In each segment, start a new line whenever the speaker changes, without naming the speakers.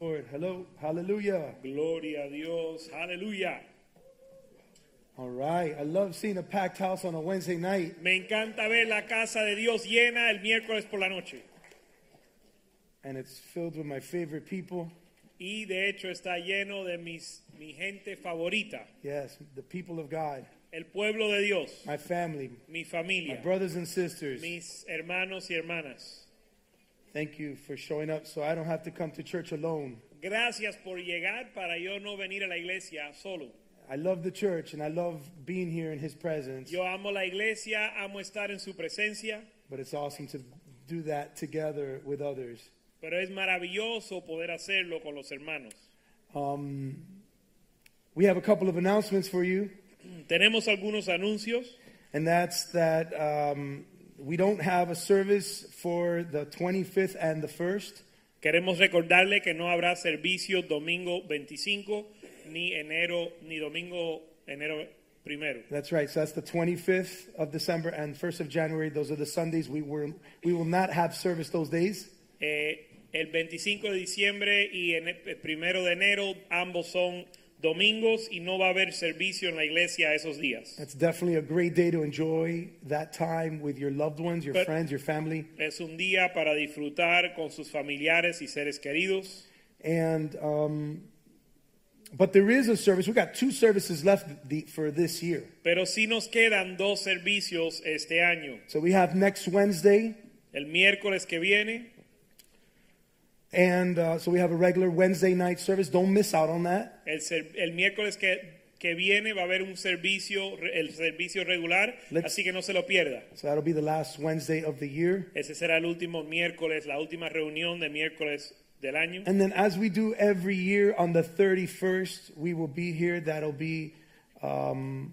Lord, hello, hallelujah.
Gloria a Dios, aleluya.
All right, I love seeing a packed house on a Wednesday night.
Me encanta ver la casa de Dios llena el miércoles por la noche.
and it's filled with my favorite people.
Y de hecho está lleno de mis, mi gente favorita,
Yes, the people of God,
el pueblo de Dios,
my family,
mi
my
familia,
brothers and sisters.
mis hermanos y hermanas.
Thank you for showing up so I don't have to come to church alone.
Gracias por llegar para yo no venir a la iglesia solo.
I love the church and I love being here in His presence,
Yo amo la iglesia, amo estar en su presencia,
but it's awesome to do that together with others.
pero es maravilloso poder hacerlo con los hermanos.
Um, we have a couple of announcements for you,
Tenemos algunos anuncios.
and that's that um, we don't have a service for the 25th and the 1st.
Queremos recordarle que no habrá servicio domingo 25 ni enero ni domingo enero primero.
That's right. So that's the 25th of December and 1st of January. Those are the Sundays we were we will not have service those days.
Eh, el 25 de diciembre y en el primero de enero ambos son domingos y no va a haber servicio en la iglesia esos días.
That's definitely a great day to enjoy that time with your loved ones, your
But-
friends, your family.
Es un día para disfrutar con sus familiares y seres queridos.
And um, but there is a service. We got two services left the, for this year.
Pero sí nos quedan dos servicios este año.
So we have next Wednesday,
El miércoles que viene
and uh, so we have a regular Wednesday night service. Don't miss out on that.
El, ser- el miércoles que, que viene va a haber un servicio, re- el servicio regular,
Let's-
así que no se lo pierda.
So that'll be the last Wednesday of the year.
Ese será el último miércoles, la última reunión de miércoles del año.
And then, as we do every year on the 31st, we will be here. That'll be um,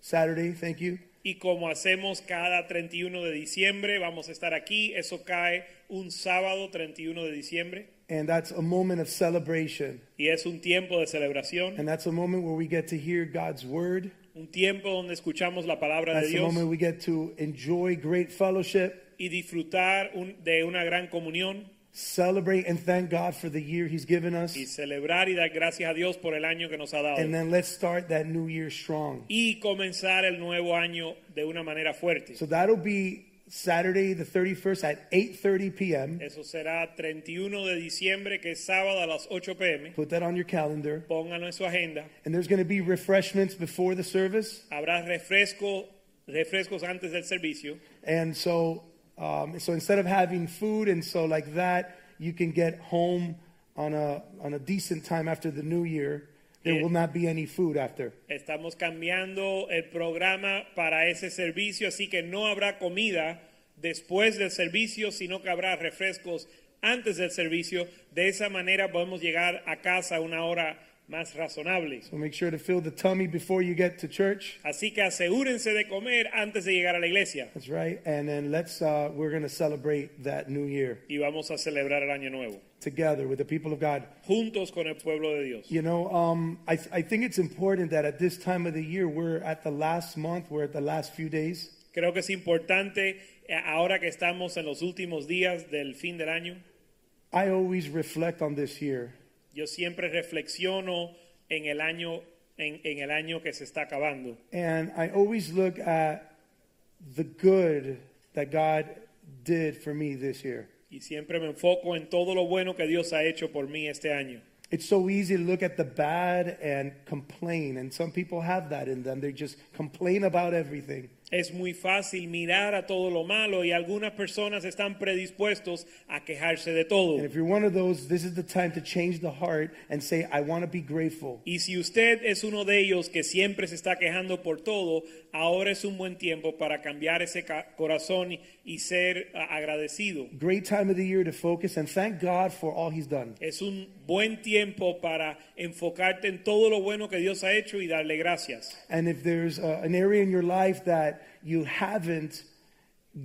Saturday. Thank you.
Y como hacemos cada 31 de diciembre, vamos a estar aquí. Eso cae un sábado 31 de diciembre
And that's a moment of celebration.
y es un tiempo de celebración,
And that's a moment where we get to hear God's word.
un tiempo donde escuchamos la palabra de
That's a
Dios
moment we get to enjoy great fellowship,
y disfrutar un- de una gran comunión
celebrate and thank God for the year He's given us.
y celebrar y dar gracias a Dios por el año que nos ha dado.
And then let's start that new year strong.
y comenzar el nuevo año de una manera fuerte.
So that'll be Saturday the 31st at 8:30 p.m.
Eso será 31 de diciembre, que es sábado a las 8 pm.
Put that on your calendar.
Pónganlo en su agenda.
And there's going to be refreshments before the service.
Habrá refresco, refrescos antes del servicio.
And so, um, so instead of having food and so like that, you can get home on a on a decent time after the new year. There
Yeah.
will not be any food after.
Estamos cambiando el programa para ese servicio, así que no habrá comida después del servicio, sino que habrá refrescos antes del servicio. De esa manera podemos llegar a casa a una hora más razonable.
So make sure to fill the tummy before you get to church.
Así que asegúrense de comer antes de llegar a la iglesia.
That's right. And then let's uh, we're gonna celebrate that new year
y vamos a celebrar el año nuevo
together with the people of God.
juntos con el pueblo de Dios.
You know, um, I, I think it's important that at this time of the year, we're at the last month, we're at the last few days.
Creo que es importante eh, ahora que estamos en los últimos días del fin del año.
I always reflect on this year.
Yo siempre reflexiono en el año en, en el año que se está acabando
And I always look at the good that God did for me this year.
y siempre me enfoco en todo lo bueno que Dios ha hecho por mí este año.
It's so easy to look at the bad and complain. And some people have that in them. They just complain about everything.
Es muy fácil mirar a todo lo malo y algunas personas están predispuestos a quejarse de todo.
And if you're one of those, this is the time to change the heart and say, I want to be grateful.
Y si usted es uno de ellos que siempre se está quejando por todo, ahora es un buen tiempo para cambiar ese ca- corazón y- y ser a- agradecido.
Great time of the year to focus and thank God for all He's done.
Es un buen tiempo para enfocarte en todo lo bueno que Dios ha hecho y darle gracias.
And if there's uh, an area in your life that you haven't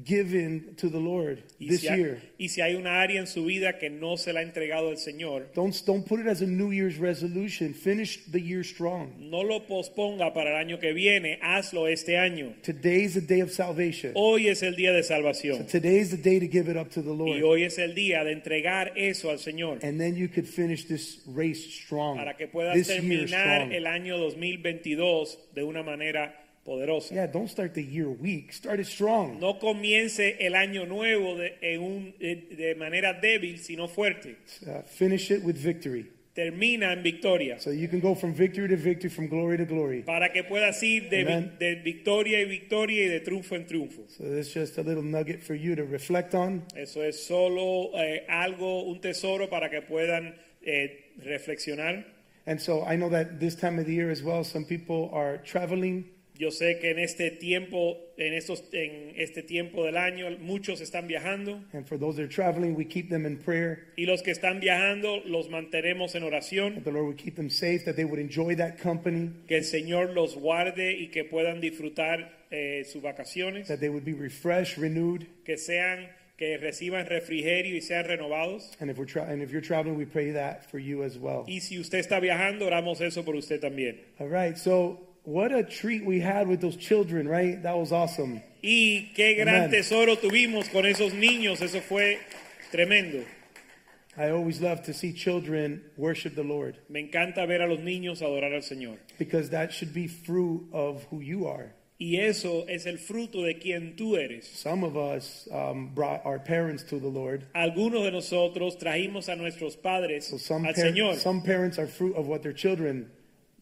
given to the Lord
Y
this
si, hay,
year,
y si hay una área en su vida que no se la ha entregado el Señor,
don't, don't put it as a New Year's resolution. Finish the year strong.
no lo posponga para el año que viene, hazlo este año.
Today's the day of salvation.
Hoy es el día de salvación
Today's the day to give it up to the
y
Lord.
hoy es el día de entregar eso al Señor
And then you could finish this race strong.
para que puedas
This year
terminar el
strong.
año 2022 de una manera poderosa.
Yeah, don't start the year weak. Start it strong.
No comience el año nuevo de, en un- de- de manera débil, sino fuerte.
Uh, finish it with victory.
Termina en victoria.
So you can go from victory to victory, from glory to glory.
para que puedas ir de,
Amen.
de victoria y victoria y de triunfo en triunfo.
So that's just a little nugget for you to reflect on.
Eso es solo eh, algo, un tesoro para que puedan eh, reflexionar.
And so I know that this time of the year as well, some people are traveling.
Yo sé que en este tiempo, en estos, en este tiempo del año, muchos están viajando
And for those that are traveling, we keep them in prayer.
y los que están viajando los mantenemos en
That
oración,
the Lord would keep them safe, that they would enjoy that company,
que el Señor los guarde y que puedan disfrutar eh, sus vacaciones,
that they would be refreshed, renewed.
que sean, que reciban refrigerio y sean renovados.
And if, we're tra- and if you're traveling, we pray that for you as well.
Y si usted está viajando, oramos eso por usted también.
All right. So what a treat we had with those children, right? That was awesome.
Y qué gran
Amen.
tesoro tuvimos con esos niños, eso fue tremendo.
I always love to see children worship the Lord
Me encanta ver a los niños adorar al Señor.
because that should be fruit of who you are.
Y eso es el fruto de quien tú eres.
Some of us um, brought our parents to the Lord.
Algunos de nosotros trajimos a nuestros padres
So some,
al
par-
Señor.
some parents are fruit of what their children.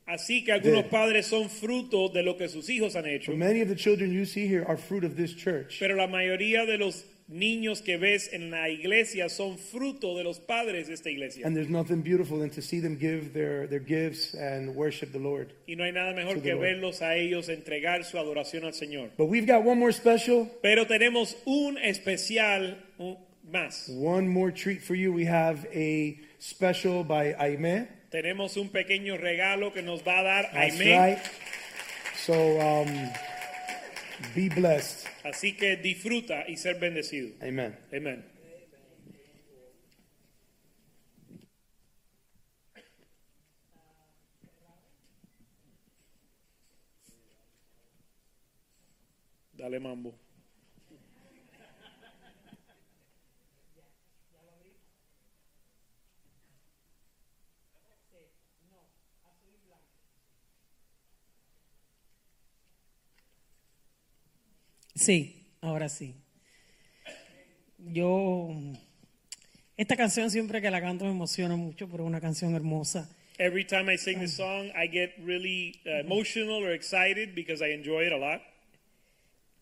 Así que algunos
de-
padres son fruto de lo que sus hijos han hecho.
Many of the children you see here are fruit of this church.
Pero la mayoría de los niños que ves en la iglesia son fruto de los padres de esta iglesia.
And there's nothing beautiful than to see them give their, their gifts and worship the Lord.
Y no hay nada
To
mejor
the
que
Lord.
verlos a ellos entregar su adoración al Señor.
But we've got one more special,
Pero tenemos un especial un- más.
one more treat for you. We have a special by Aime.
Tenemos un pequeño regalo que nos va a dar
That's
Aimee.
right. So um, be blessed.
Así que disfruta y ser bendecido.
Amen.
Amén. Dale mambo.
Sí, ahora sí. Yo, esta canción siempre que la canto me emociona mucho, pero es una canción hermosa.
Every time I sing this song, I get really uh, emotional or excited because I enjoy it a lot.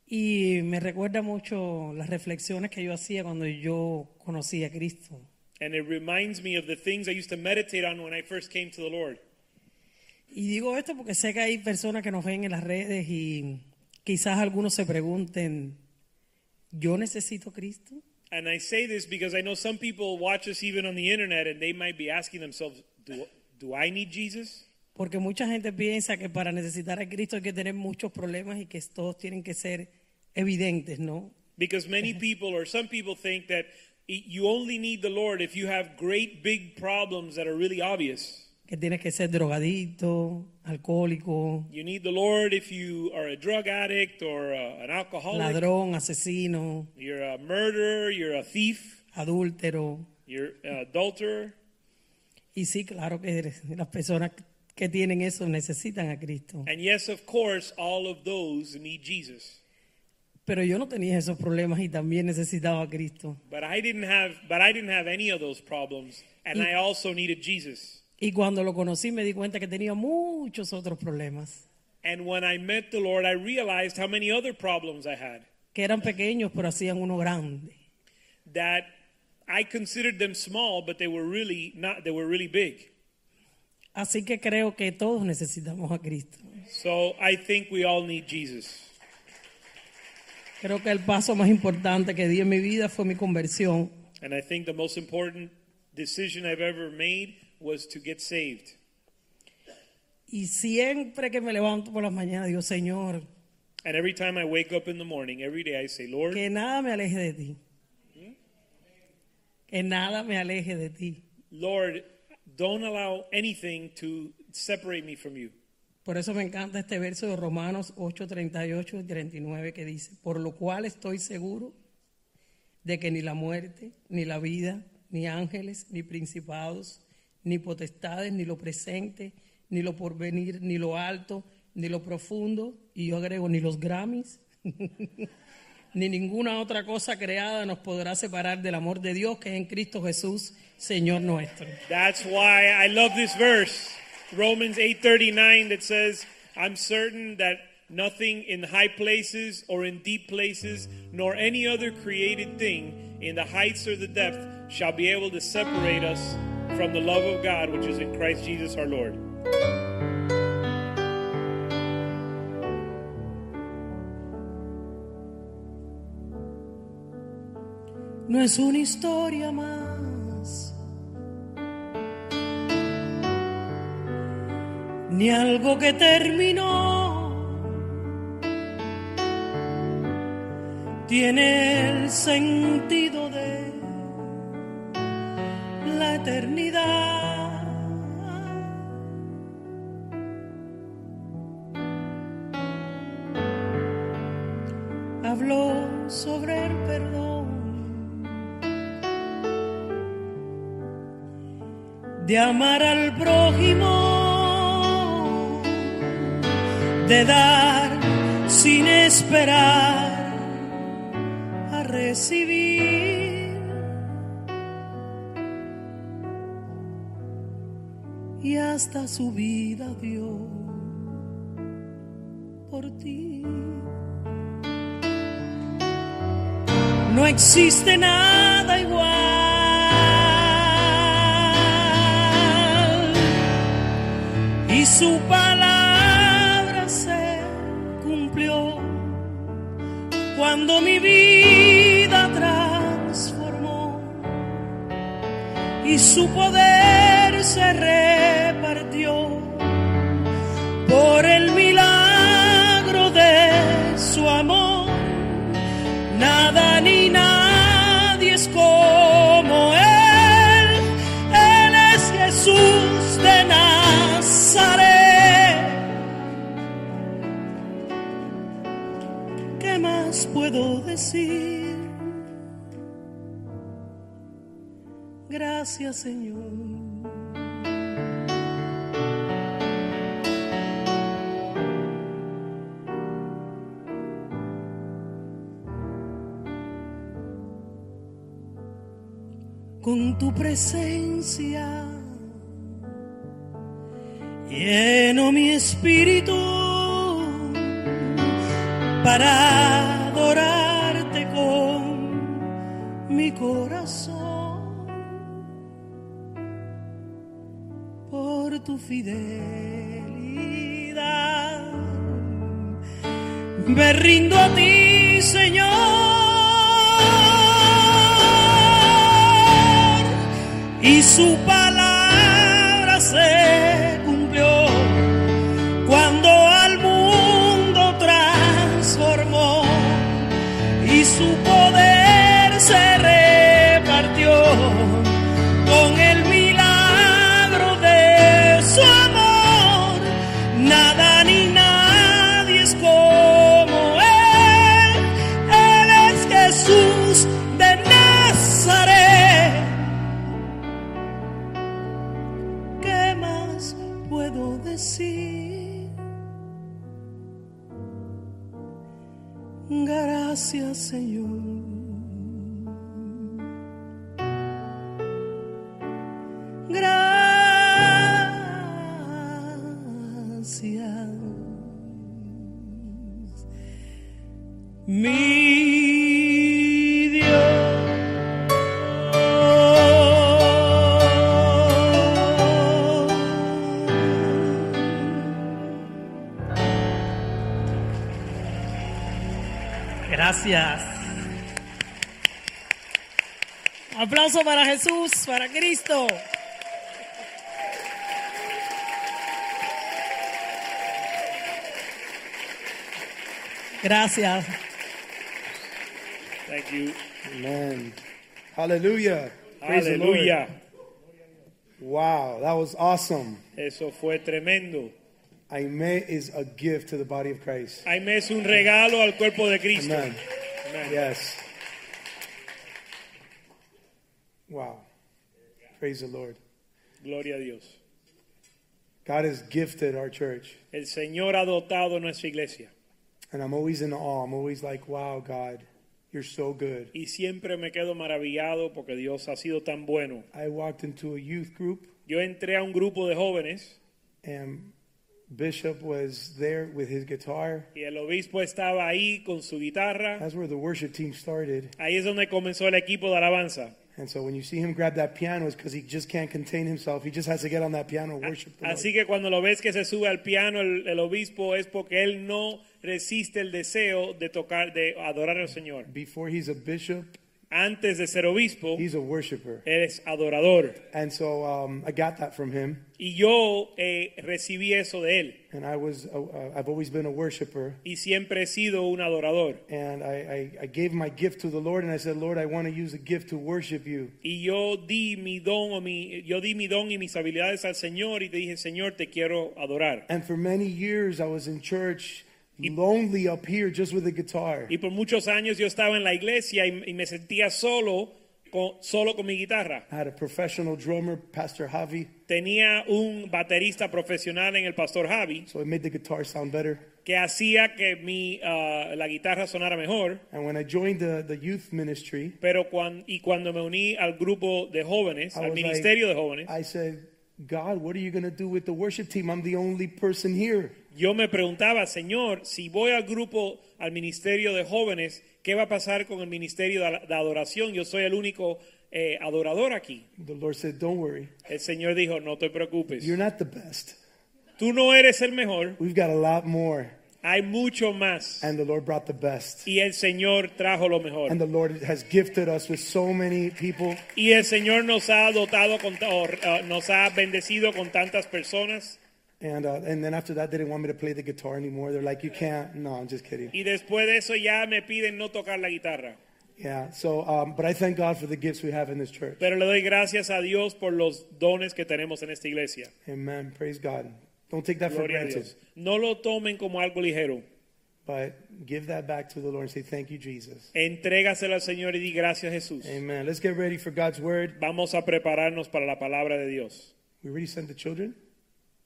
Y me recuerda mucho las reflexiones que yo hacía cuando yo conocí a Cristo.
And it reminds me of the things I used to meditate on when I first came to the Lord.
Y digo esto porque sé que hay personas que nos ven en las redes y quizás algunos se pregunten, ¿yo necesito a Cristo?
And I say this because I know some people watch us even on the internet and they might be asking themselves, do, do I need Jesus?
Porque mucha gente piensa que para necesitar a Cristo hay que tener muchos problemas y que todos tienen que ser evidentes, ¿no?
Because many people or some people think that i- you only need the Lord if you have great big problems that are really obvious.
que tienes que ser drogadicto, alcohólico,
You need the Lord if you are a drug addict or uh an alcoholic,
ladrón, asesino,
you're a murderer, you're a thief,
adúltero.
you're an adulterer.
Y sí, claro que eres- las personas que tienen eso necesitan a Cristo.
And yes, of course, all of those need Jesus.
Pero yo no tenía esos problemas y también necesitaba a Cristo.
But I didn't have but I didn't have any of those problems and I also needed Jesus.
Y cuando lo conocí me di cuenta que tenía muchos otros problemas.
And when I met the Lord, I realized how many other problems I had
que eran pequeños pero hacían uno grande.
that I considered them small, but they were really not, they were really big.
Así que creo que todos necesitamos a Cristo.
So I think we all need Jesus.
Creo que el paso más importante que di en mi vida fue mi conversión.
And I think the most important decision I've ever made was to get saved.
Y siempre que me levanto por las mañanas digo, Señor,
And every time I wake up in the morning, every day I say, Lord,
que nada me aleje de ti. Que nada me aleje de ti.
Lord, don't allow anything to separate me from you.
Por eso me encanta este verso de Romanos 8, 38 y 39 que dice, por lo cual estoy seguro de que ni la muerte, ni la vida, ni ángeles, ni principados, ni potestades, ni lo presente, ni lo porvenir, ni lo alto, ni lo profundo, y yo agrego ni los Grammys, ni ninguna otra cosa creada nos podrá separar del amor de Dios que es en Cristo Jesús, Señor nuestro.
That's why I love this verse, Romans 8:39 that says, "I'm certain that nothing in high places or in deep places, nor any other created thing in the heights or the depth shall be able to separate us from the love of God which is in Christ Jesus our Lord."
No es una historia más, ni algo que terminó. Tiene el sentido de la eternidad. Habló sobre el perdón. de amar al prójimo, de dar sin esperar a recibir y hasta su vida dio por ti. No existe nada igual. Y su palabra se cumplió cuando mi vida transformó y su poder se repartió por el milagro de su amor. Nada ni nadie es como Él. Él es Jesús de Nazaret. ¿Qué más puedo decir? Gracias Señor. con tu presencia. Lleno mi espíritu para adorarte con mi corazón por tu fidelidad. Me rindo a ti, Señor, y su palabra se cumplió cuando al mundo transformó y su poder se repartió con el milagro de su amor. Nada ni nadie es como Él, Él es Jesús de Nazaret. ¿Qué más puedo decir? Gracias Señor. Gracias. mi Dios. Gracias. Aplauso para Jesús, para Cristo. Gracias.
Thank you.
Amen. Hallelujah. Praise the Lord.
Aleluya.
Wow, that was awesome.
Eso fue tremendo.
Aime is a gift to the body of Christ.
Aime es un regalo al cuerpo de Cristo.
Amen.
Amen.
Yes. Wow. Praise the Lord.
Gloria a Dios.
God has gifted our church.
El Señor ha dotado nuestra iglesia.
And I'm always in awe. I'm always like, wow, God, you're so good.
Y siempre me quedo maravillado porque Dios ha sido tan bueno.
I walked into a youth group,
Yo entré a un grupo de jóvenes
and Bishop was there with his guitar.
y el obispo estaba ahí con su guitarra.
That's where the worship team started.
Ahí es donde comenzó el equipo de alabanza.
And so when you see him grab that piano, it's because he just can't contain himself. He just has to get on that piano, and worship the
Así
Lord.
que cuando lo ves que se sube al piano el, el obispo es porque él no resiste el deseo de tocar, de adorar al Señor.
Before he's a bishop,
Antes de ser obispo,
he's a worshiper.
él es adorador.
And so um, I got that from him.
Y yo eh, recibí eso de él.
And I was, uh, uh, I've always been a worshiper.
Y siempre he sido un adorador.
And I, I, I gave my gift to the Lord, and I said, Lord, I want to use the gift to worship you.
Y yo di mi don o mi, yo di mi don y mis habilidades al Señor y te dije, Señor, te quiero adorar.
And for many years, I was in church, lonely up here, just with a guitar.
Y por muchos años yo estaba en la iglesia y, y me sentía solo con, solo con mi guitarra.
I had a professional drummer, Pastor Javi,
Tenía un baterista profesional en el pastor Javi
so it made the guitar sound better.
que hacía que mi, ah, la guitarra sonara mejor.
And when I joined the, the youth ministry,
Pero cuan- y cuando me uní al grupo de jóvenes,
I
al
was
ministerio de
like,
jóvenes,
I said, God, what are you going to do with the worship team? I'm the only person here.
yo me preguntaba, Señor, si voy al grupo, al ministerio de jóvenes, ¿qué va a pasar con el ministerio de, de adoración? Yo soy el único eh, adorador aquí.
The Lord said, Don't worry,
El Señor dijo, no te preocupes.
you're not the best.
Tú no eres el mejor,
We've got a lot more.
hay mucho más.
And the Lord brought the best.
Y el Señor trajo lo mejor.
And the Lord has gifted us with so many people.
Y el Señor nos ha dotado, con, ta- o, eh, nos ha bendecido con tantas personas.
And, uh, and then after that, they didn't want me to play the guitar anymore. They're like, You can't. No, I'm just kidding.
Y después de eso ya me piden no tocar la guitarra.
Yeah. So, um, but I thank God for the gifts we have in this church.
Pero le doy gracias a Dios por los dones que tenemos en esta iglesia.
Amen. Praise God. Don't take that for
Gloria a
granted,
Dios. No lo tomen como algo ligero.
but give that back to the Lord and say, Thank you, Jesus.
Entrégaselo al Señor y di gracias Jesús.
Amen. Let's get ready for God's word.
Vamos a prepararnos para la palabra de Dios.
We already sent the children?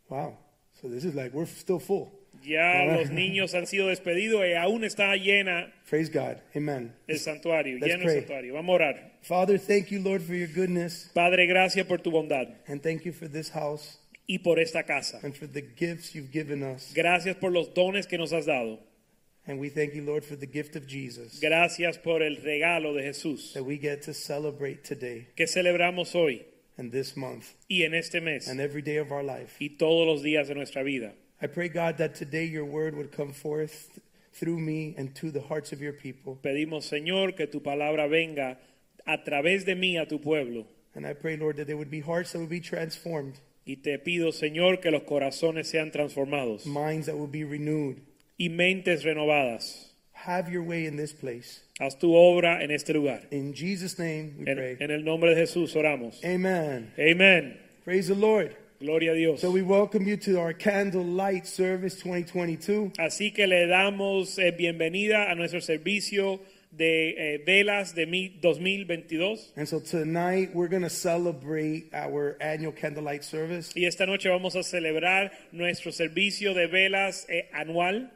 Wow. So this is like, we're still full.
Ya
Ahora-
los niños han sido despedidos y aún está llena
Praise God. Amen.
el santuario.
Let's
Lleno el
pray.
santuario. Vamos a orar.
Father, thank you, Lord, for your goodness.
Padre, gracias por tu bondad
And thank you for this house
y por esta casa.
and for the gifts you've given us.
Gracias por los dones que nos has dado.
And we thank you, Lord, for the gift of Jesus
Gracias por el regalo de Jesús
that we get to celebrate today
que celebramos hoy
and this month
y en este mes
and every day of our life.
y todos los días de nuestra vida.
I pray, God, that today your word would come forth through me and to the hearts of your people.
Pedimos, Señor, que tu palabra venga a través de mí a tu pueblo.
And I pray, Lord, that there would be hearts that would be transformed,
Y te pido, Señor, que los corazones sean transformados
minds that would be renewed.
y mentes renovadas.
Have your way in this place.
Haz tu obra en este lugar.
In Jesus' name we
En,
pray.
en el nombre de Jesús oramos.
Amen.
Amén.
Praise the Lord.
Gloria a Dios.
So we welcome you to our candlelight service 2022.
Así que le damos eh, bienvenida a nuestro servicio de eh, velas de mi- 2022.
And so tonight we're going to celebrate our annual candlelight service.
Y esta noche vamos a celebrar nuestro servicio de velas eh, anual.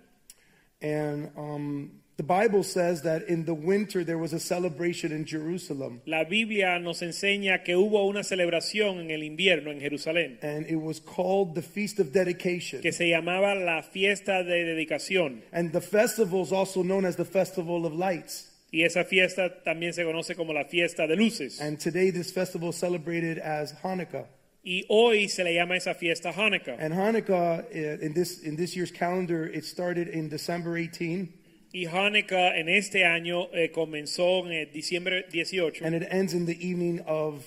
And um, The Bible says that in the winter there was a celebration in Jerusalem,
La Biblia nos enseña que hubo una celebración en el invierno en Jerusalén
and it was called the Feast of Dedication.
que se llamaba la fiesta de dedicación
And the festival is also known as the Festival of Lights.
y esa fiesta también se conoce como la fiesta de luces
And today this festival is celebrated as Hanukkah.
y hoy se le llama esa fiesta Hanukkah
And Hanukkah eh, in this in this year's calendar it started in December 18
y Hanukkah en este año eh, comenzó en eh, diciembre 18
and it ends in the evening of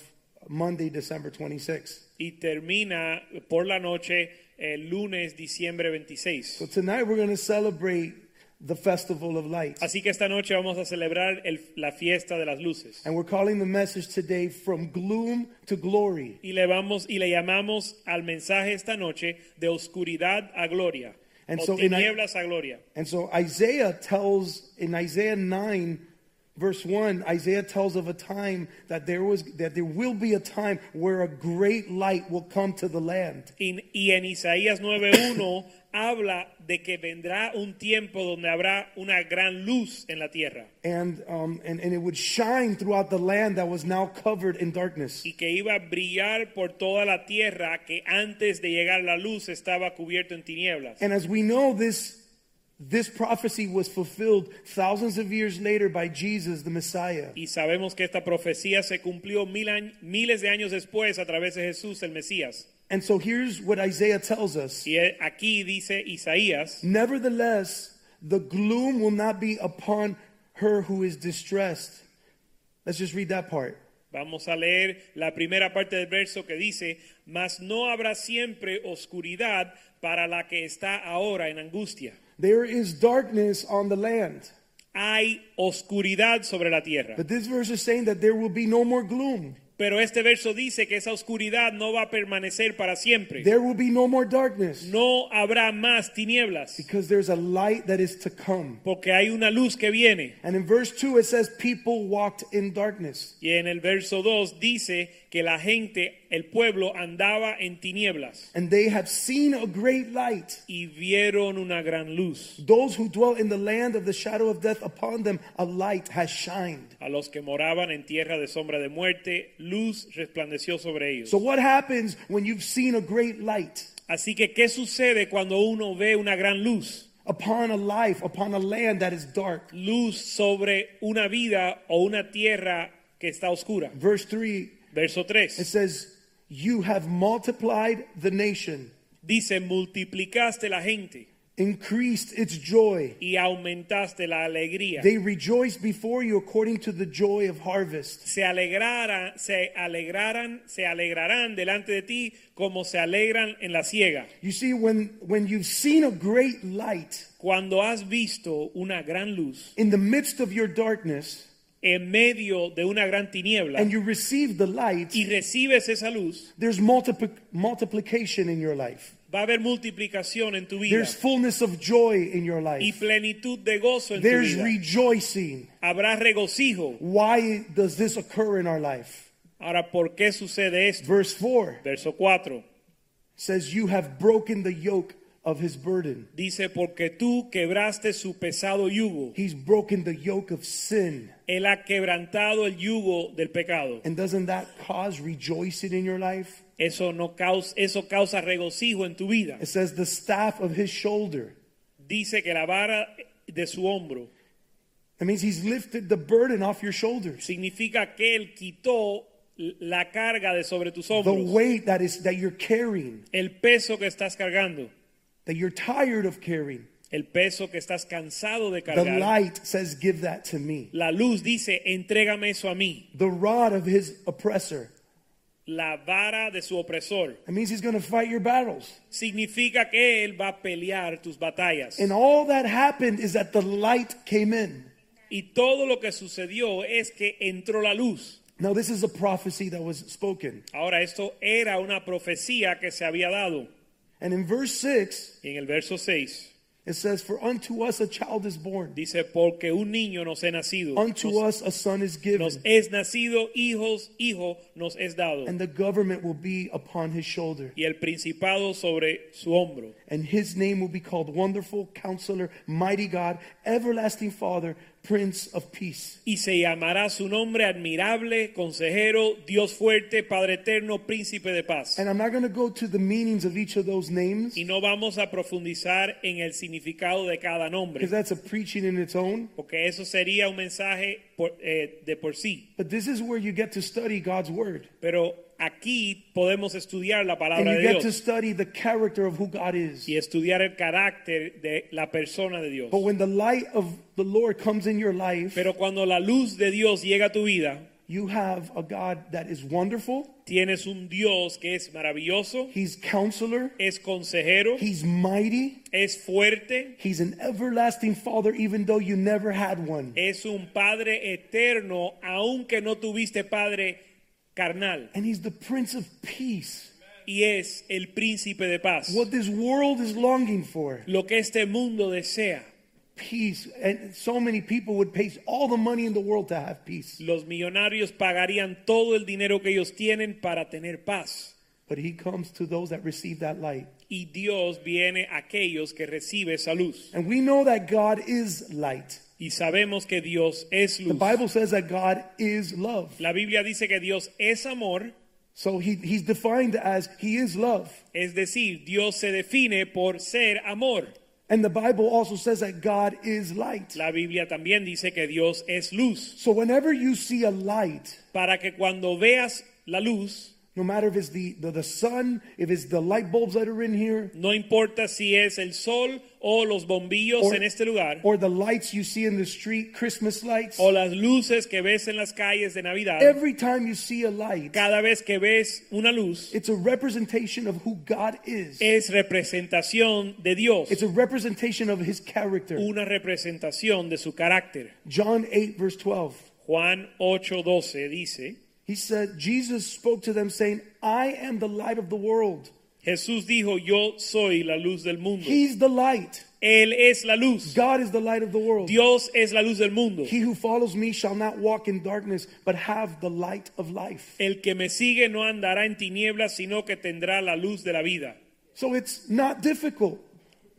Monday December 26.
y termina por la noche el lunes diciembre 26
So tonight we're going to celebrate the Festival of Lights.
Así que esta noche vamos a celebrar el- la fiesta de las luces.
And we're calling the message today from gloom to glory.
Y le vamos y le llamamos al mensaje esta noche de oscuridad a gloria.
And
o
so in-
tinieblas a gloria.
And so Isaiah tells in Isaiah 9 verse 1 Isaiah tells of a time that there was that there will be a time where a great light will come to the land.
Y, y en Isaías 9.1 habla de que vendrá un tiempo donde habrá una gran luz en la tierra
And, um, and, and it would shine throughout the land that was now covered in darkness.
y que iba a brillar por toda la tierra que antes de llegar la luz estaba cubierto en tinieblas.
And as we know, this, this prophecy was fulfilled thousands of years later by Jesus, the Messiah.
Y sabemos que esta profecía se cumplió mil añ- miles de años después a través de Jesús el Mesías.
And so here's what Isaiah tells us
Y eh, aquí dice Isaías,
Nevertheless, the gloom will not be upon her who is distressed. Let's just read that part.
vamos a leer la primera parte del verso que dice, mas no habrá siempre oscuridad para la que está ahora en angustia.
There is darkness on the land.
Hay oscuridad sobre la tierra.
But this verse is saying that there will be no more gloom.
Pero este verso dice que esa oscuridad no va a permanecer para siempre.
There will be no more darkness
No habrá más tinieblas,
because there's a light that is to come.
porque hay una luz que viene.
And in verse 2, it says, People walked in darkness.
Y en el verso 2 dice que la gente, el pueblo andaba en tinieblas
And they have seen a great light.
y vieron una gran luz.
Those who dwell in the land of the shadow of death, upon them a light has shined.
A los que moraban en tierra de sombra de muerte, luz resplandeció sobre ellos.
So, what happens when you've seen a great light
Así que, ¿qué sucede cuando uno ve una gran luz?
upon a life, upon a land that is dark?
Luz sobre una vida o una tierra que está oscura.
Verse 3,
Verso
it
3
says, You have multiplied the nation,
dice, multiplicaste la gente
increased its joy.
y aumentaste la alegría.
They rejoice before you according to the joy of harvest.
se alegrara, se alegraran, se alegrarán delante de ti como se alegran en la siega.
You see, when, when you've seen a great light
Cuando has visto una gran luz
in the midst of your darkness
en medio de una gran tiniebla
and you receive the light,
y recibes esa luz,
There's multipli- multiplication in your life.
va a haber multiplicación en tu vida
There's fullness of joy in your
y
life.
plenitud de gozo en tu
There's
vida.
rejoicing.
Habrá regocijo.
Why does this occur in our life?
Ahora, ¿por qué sucede esto?
Verse 4
Verso 4
says, You have broken the yoke of his burden.
dice, porque tú quebraste su pesado yugo.
He's broken the yoke of sin.
Él ha quebrantado el yugo del pecado.
And doesn't that cause rejoicing in your life?
Eso no causa, eso causa regocijo en tu vida.
It says, The staff of his shoulder.
Dice que la vara de su hombro
That means he's lifted the burden off your shoulders.
significa que él quitó la carga de sobre tus
The
hombros,
weight that is that you're carrying,
el peso que estás cargando,
that you're tired of carrying.
el peso que estás cansado de
The
cargar.
light says, Give that to me.
La luz dice, entrégame eso a mí,
the rod of his oppressor.
la vara de su opresor.
That means he's going to fight your battles.
Significa que él va a pelear tus batallas.
And all that happened is that the light came in.
Y todo lo que sucedió es que entró la luz.
Now, this is a prophecy that was spoken.
Ahora, esto era una profecía que se había dado.
And in verse 6,
Y en el verso 6
It says, For unto us a child is born,
Dice, porque un niño nos es nacido.
unto us
nos,
a son is given,
nos es nacido, hijos, hijo nos es dado.
and the government will be upon his shoulder.
Y el principado sobre su hombro.
And his name will be called Wonderful Counselor, Mighty God, Everlasting Father, Prince of Peace.
Y se llamará su nombre admirable, consejero, Dios fuerte, Padre eterno, príncipe de paz.
And I'm not going to go to the meanings of each of those names
Y no vamos a profundizar en el significado de cada nombre,
because that's a preaching in its own.
porque eso sería un mensaje por- eh, de por sí.
But this is where you get to study God's Word.
Pero aquí podemos estudiar la
And
palabra
you
de
get to
Dios
study the character of who God is.
y estudiar el carácter de la persona de Dios.
But when the light of the Lord comes in your life,
Pero cuando la luz de Dios llega a tu vida,
you have a God that is wonderful,
tienes un Dios que es maravilloso,
He's counselor,
es consejero,
He's mighty,
es fuerte,
He's an everlasting Father, even though you never had one.
es un Padre eterno, aunque no tuviste Padre carnal,
And He's the Prince of Peace.
y es el príncipe de paz.
What this world is longing for
Lo que este mundo desea.
peace. And so many people would pay all the money in the world to have peace.
Los millonarios pagarían todo el dinero que ellos tienen para tener paz.
But He comes to those that receive that light.
Y Dios viene a aquellos que recibe esa luz.
And we know that God is light.
Y sabemos que Dios es
The
luz.
Bible says that God is love.
La Biblia dice que Dios es amor,
So he, he's defined as he is love.
es decir, Dios se define por ser amor.
And the Bible also says that God is light.
La Biblia también dice que Dios es luz.
So whenever you see a light,
Para que cuando veas la luz,
no matter if it's the, the, the sun, if it's the light bulbs that are in here,
no importa si es el sol o los bombillos en este lugar,
or the lights you see in the street, Christmas lights,
o las luces que ves en las calles de Navidad,
every time you see a light,
cada vez que ves una luz,
it's a representation of who God is.
es representación de Dios,
It's a representation of his character.
una representación de su carácter.
John 8, verse 12.
Juan 8:12 dice,
He said, Jesus spoke to them saying, I am the light of the world.
Jesús dijo, yo soy la luz del mundo.
He's the light.
Él es la luz.
God is the light of the world.
Dios es la luz del mundo.
He who follows me shall not walk in darkness, but have the light of life.
El que me sigue no andará en tinieblas, sino que tendrá la luz de la vida.
So it's not difficult.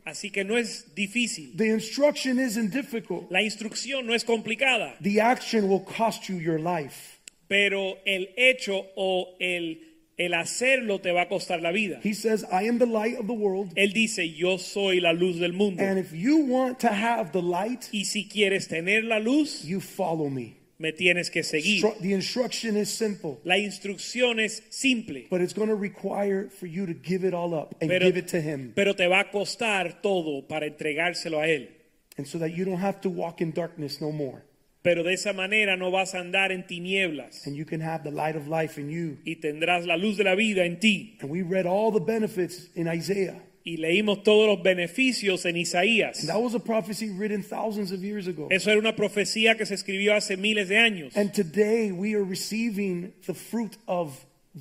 Así que no es difícil.
The instruction isn't difficult.
La instrucción no es complicada,
The action will cost you your life.
pero el hecho o el, el hacerlo te va a costar la vida.
He says, I am the light of the world.
Él dice, yo soy la luz del mundo.
And if you want to have the light,
Y si quieres tener la luz,
you follow me.
me tienes que seguir.
Stru- The instruction is simple,
La instrucción es simple,
but it's going to require for you to give it all up and
pero,
give it to Him.
pero te va a costar todo para entregárselo a Él.
And so that you don't have to walk in darkness no more.
Pero de esa manera no vas a andar en tinieblas
And you can have the light of life in you.
y tendrás la luz de la vida en ti.
And we read all the benefits in Isaiah.
Y leímos todos los beneficios en Isaías.
That was a prophecy written thousands of years ago.
Eso era una profecía que se escribió hace miles de años.
And today we are receiving the fruit of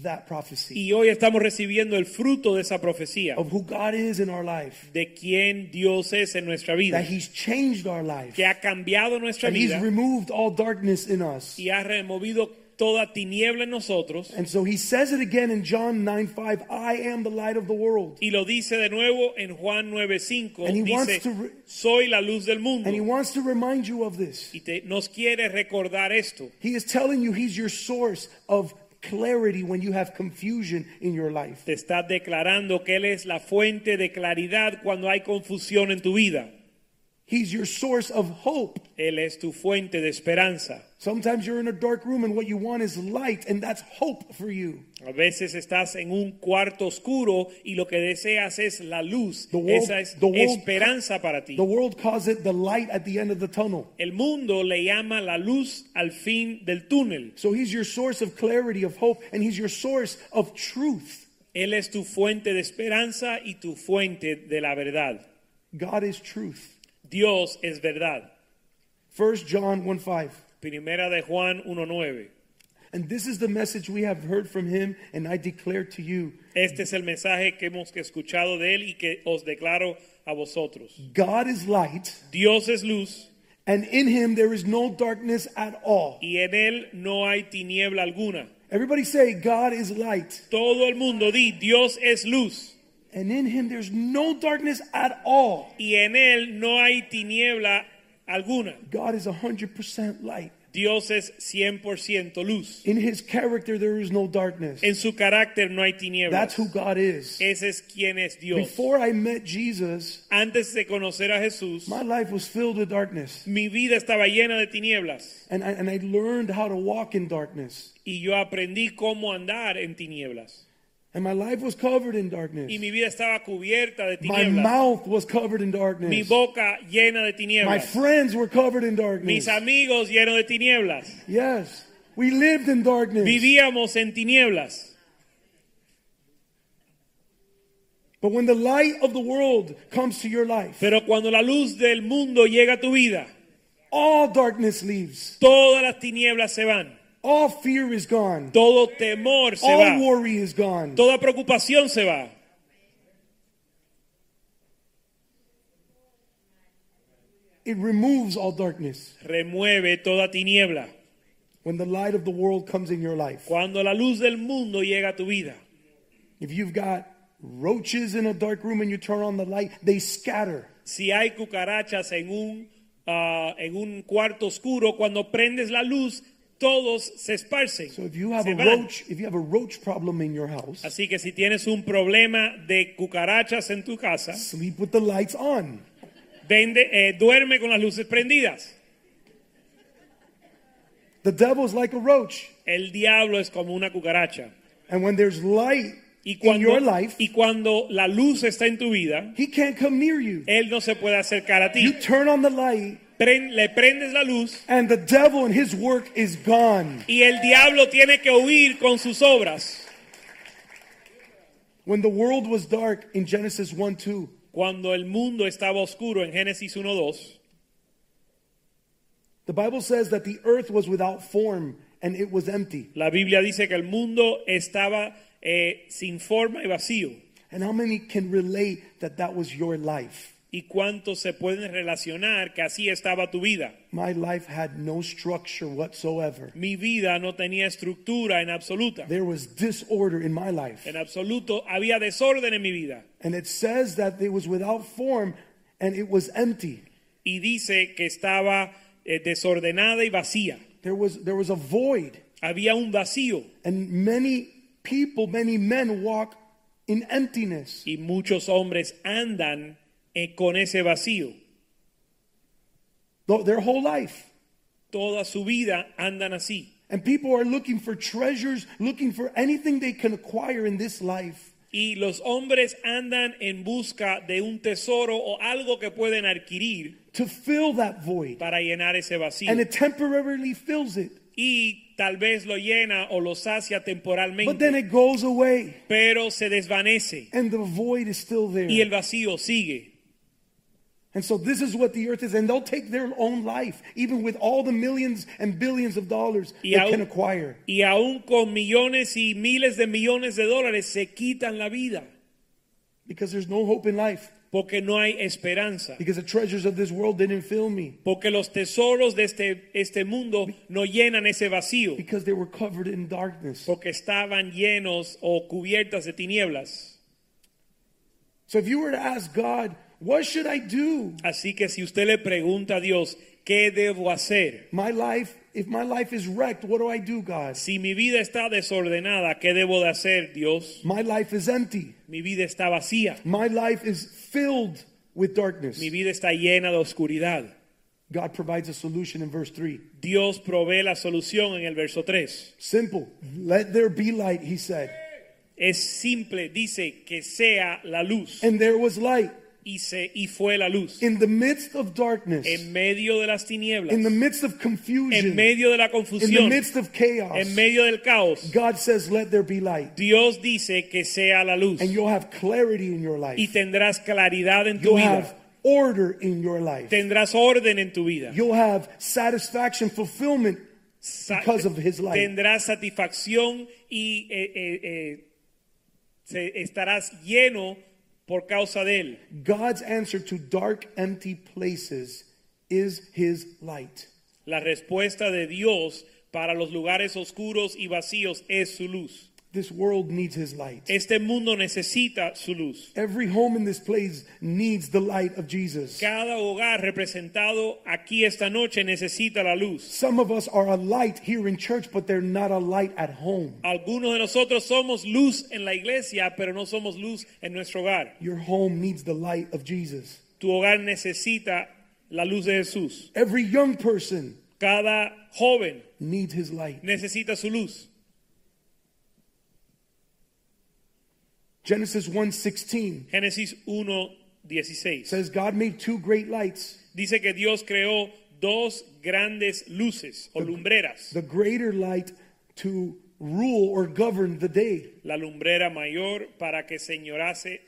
that prophecy,
Y hoy estamos recibiendo el fruto de esa profecía,
of who God is in our life,
de quién Dios es en nuestra vida,
that He's changed our life,
que ha cambiado nuestra
and He's
vida
removed all darkness in us.
y ha removido toda tiniebla en nosotros.
And so He says it again in John 9 5, I am the light of the world.
Y lo dice de nuevo en Juan
And he
9:5.
wants
Dice,
to re-
soy la luz del
And He
mundo.
wants to remind you of this.
Y te- nos quiere recordar esto.
He is telling you He's your source of clarity when you have confusion in your life.
Te está declarando que Él es la fuente de claridad cuando hay confusión en tu vida.
He's your source of hope.
Él es tu fuente de esperanza.
Sometimes you're in a dark room and what you want is light, and that's hope for you.
A veces estás en un cuarto oscuro y lo que deseas es la luz.
The world-
Esa es
the world-
esperanza para ti.
The world calls it the light at the end of the tunnel.
El mundo le llama la luz al fin del túnel.
So he's your source of clarity, of hope, and he's your source of truth.
Él es tu fuente de esperanza y tu fuente de la verdad.
God is truth.
Dios es verdad.
1 John 1 5.
Primera de Juan 1.9.
And this is the message we have heard from him, and I declare to you
Este es el mensaje que hemos escuchado de él y que os declaro a vosotros.
God is light,
Dios es luz
and in him there is no darkness at all.
y en él no hay tiniebla alguna.
Everybody say, God is light,
Todo el mundo di, Dios es luz
and in him there's no darkness at all.
y en él no hay tiniebla alguna.
God is 100% light.
Dios es 100% luz.
In his character there is no darkness.
En su carácter no hay tinieblas.
That's who God is.
Ese es quien es Dios.
Before I met Jesus,
Antes de conocer a Jesús,
my life was filled with darkness,
mi vida estaba llena de tinieblas
and I, and I learned how to walk in darkness.
y yo aprendí cómo andar en tinieblas.
And my life was covered in
Y
darkness.
mi vida estaba cubierta de
My
tinieblas.
mouth was covered in
Mi
darkness.
boca llena
My
de tinieblas.
friends were covered in
Mis
darkness.
amigos llenos de tinieblas.
Yes. We lived in darkness.
Vivíamos en tinieblas.
But when the light of the world comes to your life,
Pero cuando la luz del mundo llega a tu vida,
all darkness leaves.
todas las tinieblas se van.
All fear is gone.
Todo temor se
All
va.
worry is gone.
Toda preocupación se va.
It removes all darkness
Remueve toda tiniebla.
when the light of the world comes in your life.
Cuando la luz del mundo llega a tu vida.
If you've got roaches in a dark room and you turn on the light, they scatter.
Si hay cucarachas en un, ah, en un cuarto oscuro, cuando prendes la luz, todos se esparcen.
So if you have
se
a
van.
roach, if you have a roach problem in your house,
Así que si tienes un problema de cucarachas en tu casa,
sleep with the lights on.
vende, eh, duerme con las luces prendidas.
The devil's like a roach.
El diablo es como una cucaracha.
And when there's light
Y
in
cuando,
your life,
y cuando la luz está en tu vida,
he can't come near you.
él no se puede acercar a ti.
You turn on the light,
Pren- le prendes la luz
and the devil and his work is gone.
y el diablo tiene que huir con sus obras.
When the world was dark in Genesis 1 2,
Cuando el mundo estaba oscuro en Génesis 1.2,
the Bible says that the earth was without form and it was empty.
La Biblia dice que el mundo estaba eh, sin forma y vacío.
And how many can relate that that was your life?
¿Y cuántos se pueden relacionar que así estaba tu vida?
My life had no structure whatsoever.
Mi vida no tenía estructura en absoluta.
There was disorder in my life.
En absoluto había desorden en mi vida.
And it says that it was without form and it was empty.
Y dice que estaba eh, desordenada y vacía.
There was, there was a void.
Había un vacío
And many people, many men walk in emptiness.
y muchos hombres andan eh, con ese vacío.
th- their whole life.
Toda su vida andan así.
And people are looking for treasures, looking for anything they can acquire in this life.
Y los hombres andan en busca de un tesoro o algo que pueden adquirir
To fill that void,
para llenar ese vacío
and it temporarily fills it,
y tal vez lo llena o lo sacia
but then
temporalmente,
it goes away,
pero se desvanece
and the void is still there.
y el vacío sigue.
And so this is what the earth is, and they'll take their own life, even with all the millions and billions of dollars
Y
they
aún-
can acquire.
Y aún con millones y miles de millones de dólares se quitan la vida
Because there's no hope in life.
porque no hay esperanza,
Because the treasures of this world didn't fill me.
porque los tesoros de este, este mundo no llenan ese vacío,
Because they were covered in darkness.
porque estaban llenos o cubiertas de tinieblas.
So if you were to ask God, what should I do?
Así que si usted le pregunta a Dios, ¿qué debo hacer?
My life, if my life is wrecked, what do I do, God?
Si mi vida está desordenada, ¿qué debo de hacer, Dios?
My life is empty.
Mi vida está vacía.
My life is filled with darkness.
Mi vida está llena de oscuridad.
God provides a solution in verse 3.
Dios provee la solución en el verso 3.
Simple. Let there be light, he said.
Es simple, dice que sea la luz.
And there was light
Y, se, y fue la luz.
in the midst of darkness,
En medio de las tinieblas.
in the midst of
En
confusion,
medio de la
in the
confusión.
midst of chaos.
En medio del caos.
God says, let there be light.
Dios dice que sea la luz.
And you'll have clarity in your
Y
life.
tendrás claridad en tu
You'll have
vida.
order in your life.
Tendrás orden en tu vida.
You'll have satisfaction, fulfillment
sa-
because of his life.
tendrás satisfacción y eh, eh, eh, se- estarás lleno por causa de él.
God's answer to dark, empty places is his light.
La respuesta de Dios para los lugares oscuros y vacíos es su luz.
This world needs his light.
Este mundo necesita su luz.
Every home in this place needs the light of Jesus.
Cada hogar representado aquí esta noche necesita la luz.
Some of us are a light here in church, but they're not a light at home.
Algunos de nosotros somos luz en la iglesia, pero no somos luz en nuestro hogar.
Your home needs the light of Jesus.
Tu hogar necesita la luz de Jesús.
Every young person
Cada joven
needs his light.
necesita su luz.
Genesis 1:16
Génesis 1:16.
says God made two great lights,
Dice que Dios creó dos grandes luces o lumbreras.
the greater light to rule or govern the day,
la lumbrera mayor para que señorase,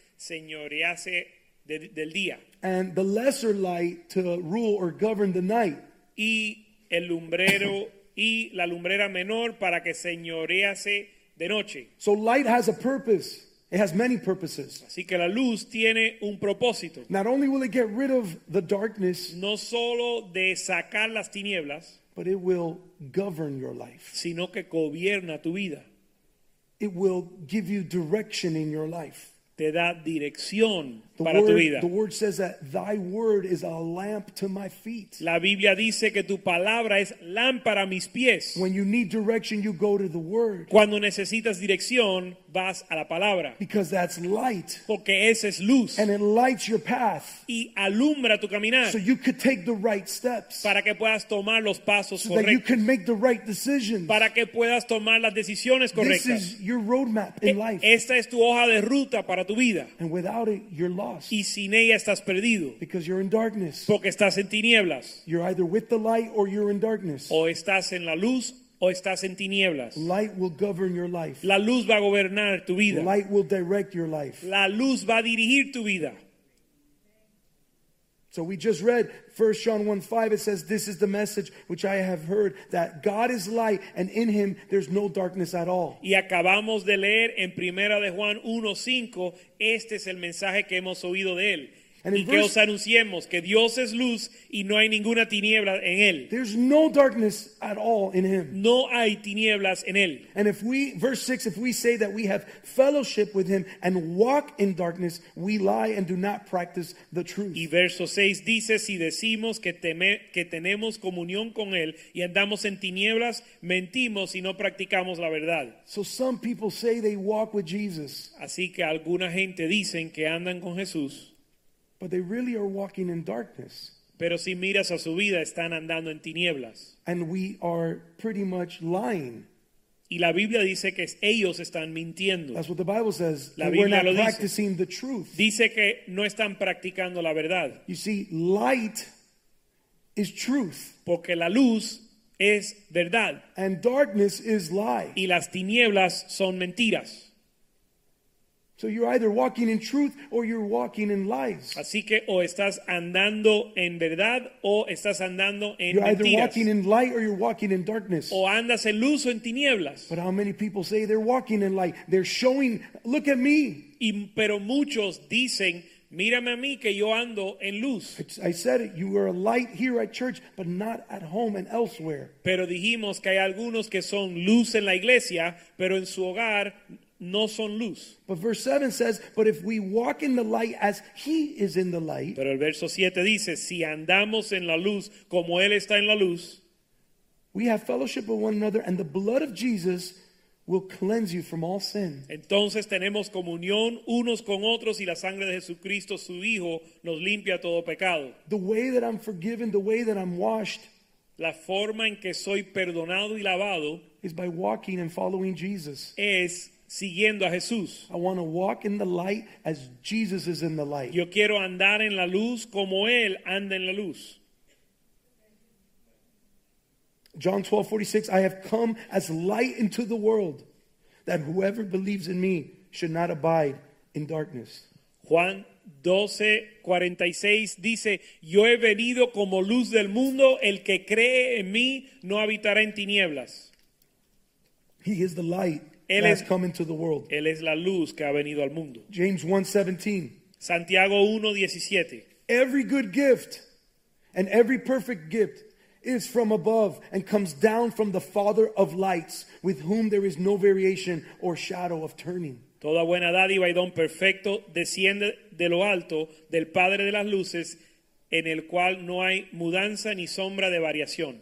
señorease de- del día
and the lesser light to rule or govern the night.
y el lumbrero y la lumbrera menor para que señorease de noche.
So light has a purpose. It has many purposes.
Así que la luz tiene un propósito,
Not only will it get rid of the darkness,
no solo de sacar las tinieblas,
but it will govern your life.
sino que gobierna tu vida,
It will give you direction in your life.
te da dirección
The
para tu
word-
vida.
the word says that thy word is a lamp to my feet.
La Biblia dice que tu palabra es lámpara a mis pies.
When you need direction, you go to the word
Cuando necesitas dirección, vas a la palabra,
because that's light
porque esa es luz.
and it lights your path
y alumbra tu caminar
so you could take the right steps,
para que puedas tomar los pasos
so that you
correctos,
can make the right decisions.
para que puedas tomar las
This
decisiones correctas.
is your roadmap
Eh,
in life.
Esta es tu hoja de ruta para tu vida
And without it, you're lost
y sin ella estás perdido
because you're in darkness.
porque estás en tinieblas
You're either with the light or you're in darkness.
o estás en la luz o estás en tinieblas.
Light will govern your life.
La luz va a gobernar tu vida.
Light will direct your life.
La luz va a dirigir tu vida.
So we just read 1 John 1 5. It says, This is the message which I have heard that God is light and in him there's no darkness at all.
Y acabamos de leer en Primera de Juan 1:5, este es el mensaje que hemos oído de él.
And in
Y que
verse-
os anunciemos que Dios es luz y no hay ninguna tiniebla en él.
There's no darkness at all in him.
No hay tinieblas en él.
And if we, verse 6, if we say that we have fellowship with him and walk in darkness, we lie and do not practice the truth.
Y verso 6 dice, si decimos que, teme- que tenemos comunión con él y andamos en tinieblas, mentimos y no practicamos la verdad.
So some people say they walk with Jesus,
Así que alguna gente dicen que andan con Jesús,
but they really are walking in darkness.
pero si miras a su vida están andando en tinieblas.
And we are pretty much lying.
Y la Biblia dice que ellos están mintiendo.
That's what the Bible says.
La
And we're
Biblia
not
lo dice.
practicing the truth.
Dice que no están practicando la verdad,
You see, light is truth,
porque la luz es verdad
and darkness is lie.
y las tinieblas son mentiras.
So you're either walking in truth or you're walking in lies.
Así que o estás andando en verdad o estás andando en
You're either
mentiras.
walking in light or you're walking in darkness.
O andas en luz o en tinieblas.
But how many people say they're walking in light? They're showing, look at me.
Y, pero muchos dicen, mírame a mí que yo ando en luz.
It's- I said it, you are a light here at church, but not at home and elsewhere.
Pero dijimos que hay algunos que son luz en la iglesia, pero en su hogar no son luz.
But verse 7 says, But if we walk in the light as he is in the light,
Pero el verso 7 dice, si andamos en la luz como Él está en la luz,
we have fellowship with one another, and the blood of Jesus will cleanse you from all sin.
entonces tenemos comunión unos con otros y la sangre de Jesucristo, su Hijo, nos limpia todo pecado.
The way that I'm forgiven, the way that I'm washed,
La forma en que soy perdonado y lavado
is by walking and following Jesus.
es siguiendo a Jesús.
I want to walk in the light as Jesus is in the light.
Yo quiero andar en la luz como Él anda en la luz.
John 12, 46, I have come as light into the world, that whoever believes in me should not abide in darkness.
Juan 12, 46 dice, yo he venido como luz del mundo, el que cree en mí no habitará en tinieblas.
He is the light
Él
that has
es-
come into the world.
Él es la luz que ha venido al mundo.
James 1:17.
Santiago 1, 17.
Every good gift and every perfect gift is from above and comes down from the Father of lights, with whom there is no variation or shadow of turning.
Toda buena dádiva y don perfecto desciende de lo alto del Padre de las Luces, en el cual no hay mudanza ni sombra de variación.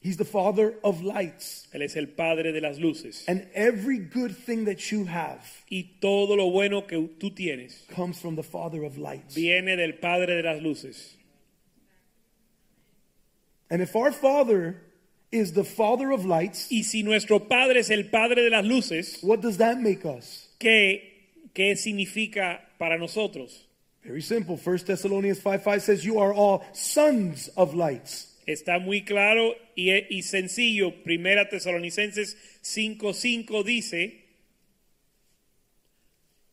He's the Father of lights.
Él es el Padre de las Luces.
And every good thing that you have
Y todo lo bueno que tú tienes
comes from the Father of lights.
viene del Padre de las Luces.
And if our Father is the Father of lights,
Y si nuestro Padre es el Padre de las Luces,
what does that make us?
¿qué, qué significa para nosotros?
Very simple. 1 Thessalonians 5 5 says, You are all sons of lights.
Está muy claro y, e, y sencillo. Primera Tesalonicenses 5:5 dice,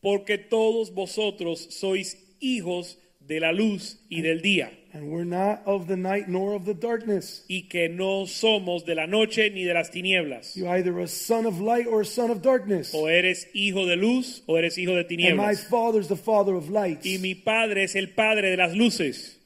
porque todos vosotros sois hijos de la luz y del día,
And we're not of the night nor of the darkness.
y que no somos de la noche ni de las tinieblas.
You're either a son of light or a son of darkness.
O eres hijo de luz o eres hijo de
And my
tinieblas.
father's the father of lights.
Y mi padre es el padre de las luces.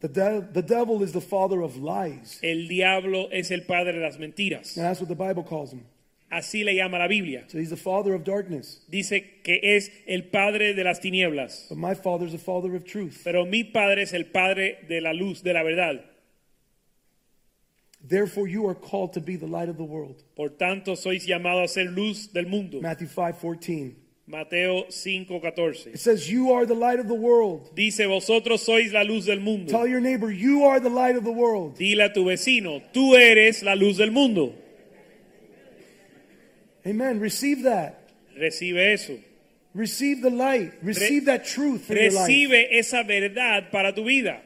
The, de- the devil is the father of lies.
El diablo es el padre de las mentiras.
And that's what the Bible calls him.
Así le llama la Biblia.
So he's the father of darkness.
Dice que es el padre de las tinieblas.
But my father's the father of truth.
Pero mi Padre es el Padre de la luz, de la verdad.
Therefore, you are called to be the light of the world.
Por tanto, sois llamado a ser luz del mundo.
Matthew 5 14.
Mateo 5:14.
It says, You are the light of the world.
Dice, vosotros sois la luz del mundo.
Tell your neighbor, You are the light of the world.
Dile a tu vecino, tú eres la luz del mundo.
Amen. Receive that.
Recibe eso.
Receive the light. Receive that truth for your life.
Recibe esa verdad para tu vida.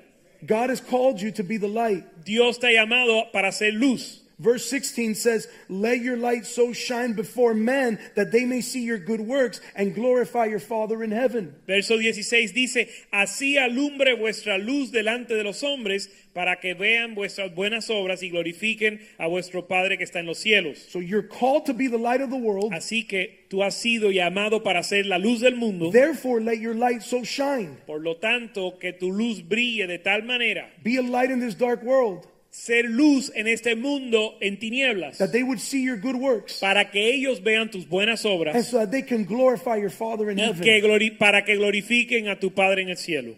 God has called you to be the light.
Dios te ha llamado para ser luz.
Verse 16 says, Let your light so shine before men that they may see your good works and glorify your Father in heaven.
Verso 16 dice, así alumbre vuestra luz delante de los hombres para que vean vuestras buenas obras y glorifiquen a vuestro Padre que está en los cielos.
So you're called to be the light of the world.
Así que tú has sido llamado para ser la luz del mundo.
Therefore, let your light so shine.
Por lo tanto, que tu luz brille de tal manera,
Be a light in this dark world
ser luz en este mundo en tinieblas,
that they would see your good works
para que ellos vean tus buenas
and
obras
so that they can glorify your Father in
y que
heaven.
glori- para que glorifiquen a tu Padre en el cielo.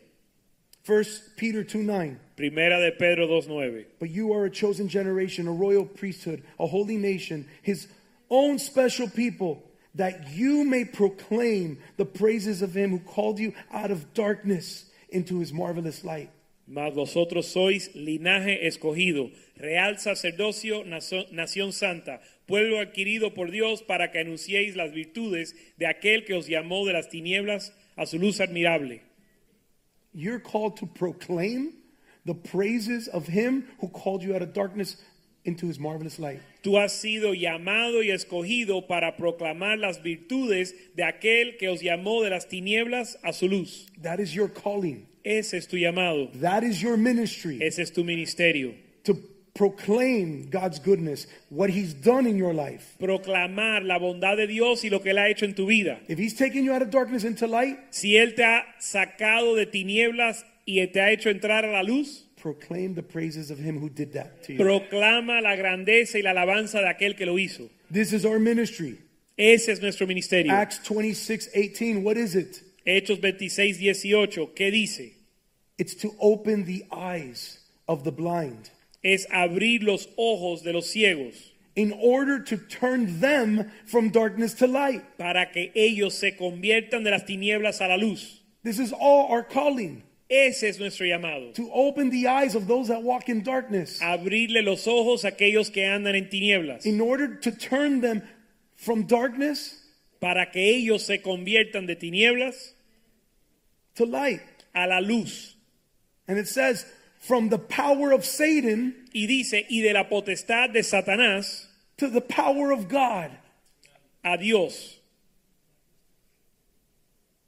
First Peter 2 9.
Primera de Pedro 2.9.
But you are a chosen generation, a royal priesthood, a holy nation, his own special people, that you may proclaim the praises of him who called you out of darkness into his marvelous light.
Mas vosotros sois linaje escogido, real sacerdocio, nazo- nación santa, pueblo adquirido por Dios para que anunciéis las virtudes de aquel que os llamó de las tinieblas a su luz admirable.
You're called to proclaim the praises of him who called you out of darkness into his marvelous light.
Tú has sido llamado y escogido para proclamar las virtudes de aquel que os llamó de las tinieblas a su luz.
That is your calling.
Ese es tu llamado,
That is your ministry
ese es tu ministerio.
to proclaim God's goodness, what he's done in your life.
Proclamar la bondad de Dios y lo que Él ha hecho en tu vida.
If he's taken you out of darkness into light,
Si Él te ha sacado de tinieblas y te ha hecho entrar a la luz,
proclaim the praises of him who did that to you.
proclama la grandeza y la alabanza de aquel que lo hizo.
this is our ministry.
Ese es nuestro ministerio.
Acts 26, 18, what is it?
Hechos 26, 18, ¿qué dice?
It's to open the eyes of the blind
Es abrir los ojos de los ciegos.
in order to turn them from darkness to light.
para que ellos se conviertan de las tinieblas a la luz.
This is all our calling
Ese es nuestro llamado.
to open the eyes of those that walk in darkness
Abrirle los ojos a aquellos que andan en tinieblas
in order to turn them from darkness
para que ellos se conviertan de tinieblas
to light.
a la luz.
And it says, from the power of Satan
Y dice, y de la potestad de Satanás
to the power of God.
a Dios.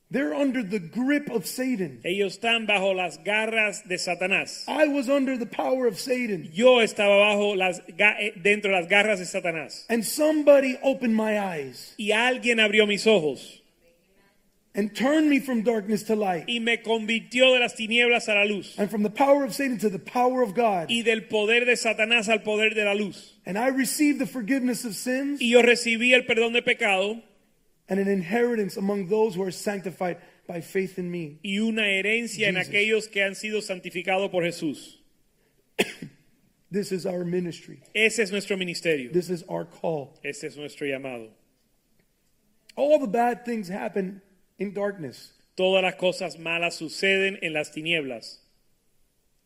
They're under the grip of Satan.
Ellos están bajo las garras de Satanás.
I was under the power of Satan.
Yo estaba bajo las ga- eh, dentro de las garras de Satanás
And somebody opened my eyes
y alguien abrió mis ojos
and turned me from darkness to light
y me convirtió de las tinieblas a la luz
and from the power of Satan to the power of God.
y del poder de Satanás al poder de la luz.
And I received the forgiveness of sins
Y yo recibí el perdón de pecado
and an inheritance among those who are sanctified by faith in me.
y una herencia en
Jesus.
aquellos que han sido santificados por Jesús.
This is our ministry.
Ese es nuestro ministerio.
This is our call.
Este es nuestro llamado.
All the bad things happen in darkness.
Todas las cosas malas suceden en las tinieblas.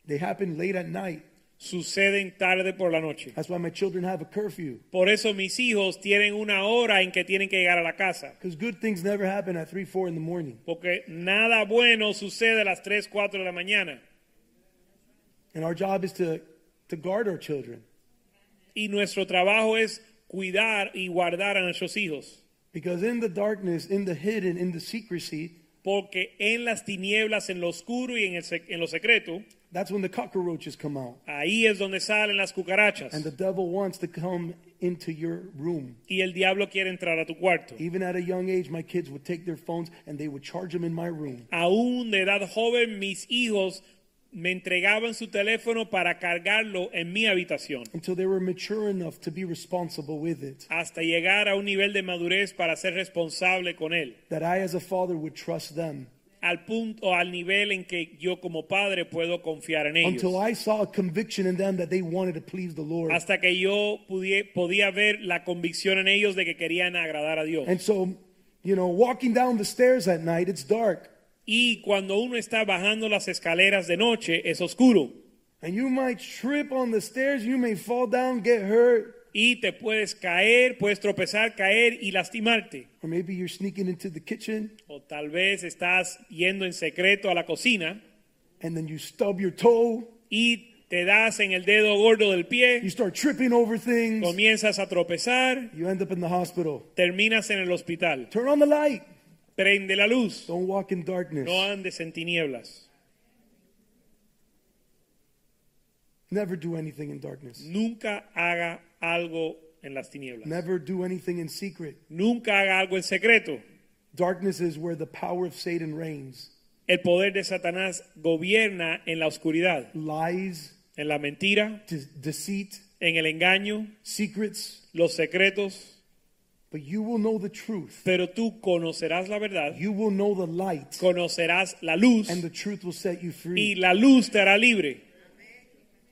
They happen late at night.
Suceden tarde por la noche.
That's why my children have a curfew.
Por eso mis hijos tienen una hora en que tienen que llegar a la casa.
Because good things never happen at 3, 4 in the morning.
Porque nada bueno sucede a las 3, 4 de la mañana.
And our job is to, to guard our children.
Y nuestro trabajo es cuidar y guardar a nuestros hijos.
Because in the darkness, in the hidden, in the secrecy,
Porque en las tinieblas, en lo oscuro y en, el sec- en lo secreto,
that's when the cockroaches come out.
ahí es donde salen las cucarachas.
And the devil wants to come into your room.
Y el diablo quiere entrar a tu cuarto.
Even at a young age, my kids would take their phones and they would charge them in my room.
Aún de edad joven, mis hijos me entregaban su teléfono para cargarlo en mi habitación.
until they were mature enough to be responsible with it.
Hasta llegar a un nivel de madurez para ser responsable con él.
That I, as a father, would trust them
al punto o al nivel en que yo como padre puedo confiar en ellos
until I saw a conviction in them that they wanted to please the Lord.
hasta que yo pudie- podía ver la convicción en ellos de que querían agradar a Dios
And so, you know, walking down the stairs at night, it's dark.
y cuando uno está bajando las escaleras de noche es oscuro
And you might trip on the stairs, you may fall down, get hurt,
y te puedes caer puedes tropezar caer y lastimarte
or maybe you're sneaking into the kitchen
o tal vez estás yendo en secreto a la cocina
and then you stub your toe,
y te das en el dedo gordo del
you
pie
start tripping over things,
comienzas a tropezar
you end up in the hospital.
terminas en el hospital
Turn on the light.
prende la luz
Don't walk in darkness.
no andes en tinieblas
Never do anything in darkness.
Nunca haga algo en las tinieblas.
Never do anything in secret.
Nunca haga algo en secreto.
Darkness is where the power of Satan reigns.
El poder de Satanás gobierna en la oscuridad,
Lies,
en la mentira,
de- deceit,
en el engaño,
secrets.
los secretos.
But you will know the truth.
Pero tú conocerás la verdad,
You will know the light,
conocerás la luz
and the truth will set you
y
free.
la luz te hará libre.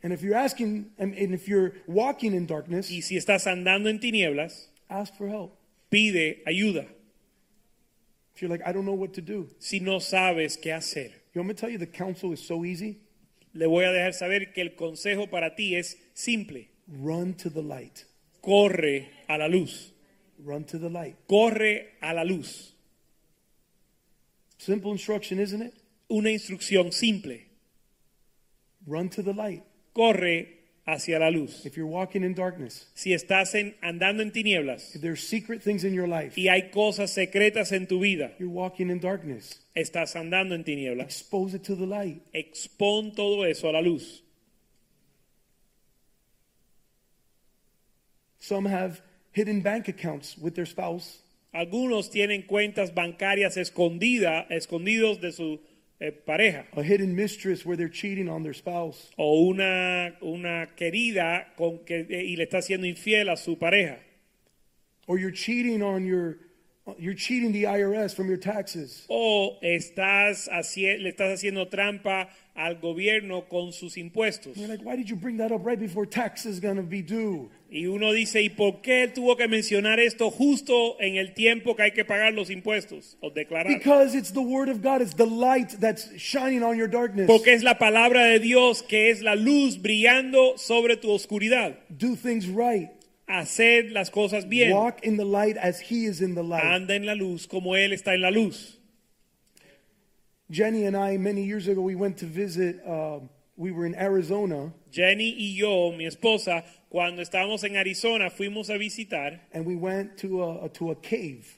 And if you're asking, and and if you're walking in darkness,
Y si estás andando en tinieblas,
ask for help.
pide ayuda
If you're like, I don't know what to do,
si no sabes qué hacer.
you want me to tell you the counsel is so easy?
Le voy a dejar saber que el consejo para ti es simple.
Run to the light.
Corre a la luz.
Run to the light.
Corre a la luz.
Simple instruction, isn't it?
una instrucción simple.
Run to the light.
Corre hacia la luz.
If you're walking in darkness,
Si estás en- andando en tinieblas
if there's secret things in your life,
y hay cosas secretas en tu vida,
you're walking in darkness.
estás andando en tinieblas.
Expose it to the light.
Expón todo eso a la luz.
Some have hidden bank accounts with their spouse.
Algunos tienen cuentas bancarias escondidas, escondidos de su eh, pareja
A hidden mistress where they're cheating on their spouse.
o una, una querida con que, eh, y le está siendo infiel a su pareja.
Or you're cheating on your, you're cheating the IRS from your taxes.
O estás haci- le estás haciendo trampa al gobierno con sus impuestos.
You're like, why did you bring that up right before taxes is gonna be due?
Y uno dice, ¿y por qué él tuvo que mencionar esto justo en el tiempo que hay que pagar los impuestos o declarar?
Because it's the word of God, it's the light that's shining on your darkness.
Porque es la palabra de Dios que es la luz brillando sobre tu oscuridad.
Do things right.
Hacer las cosas bien.
Walk in the light as he is in the light.
Anda en la luz como Él está en la luz.
Jenny and I, many years ago, we went to visit um, we were in Arizona
Jenny y yo, mi esposa, cuando estábamos en Arizona, fuimos a visitar
and we went to a, a- to a cave.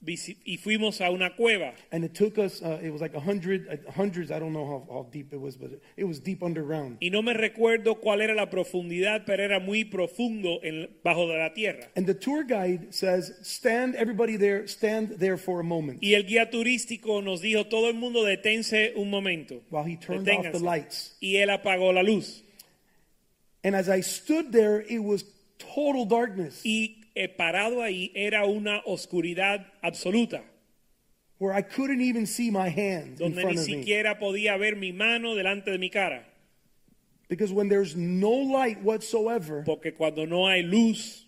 visi- y fuimos a una cueva.
And it took us, uh, it was like a hundred, uh, hundreds, I don't know how, how deep it was, but it, it was deep underground.
Y no me recuerdo cuál era la profundidad, pero era muy profundo en- bajo de la tierra.
And the tour guide says, stand, everybody there, stand there for a moment
Y el guía turístico nos dijo, todo el mundo deténse un momento.
while he turned off the
Deténganse.
lights.
Y él apagó la luz.
And as I stood there, it was total darkness
Y eh, parado ahí era una oscuridad absoluta,
where I couldn't even see my hands in
donde ni
front of me.
siquiera podía ver mi mano delante de mi cara.
Because when there's no light whatsoever,
Porque cuando no hay luz,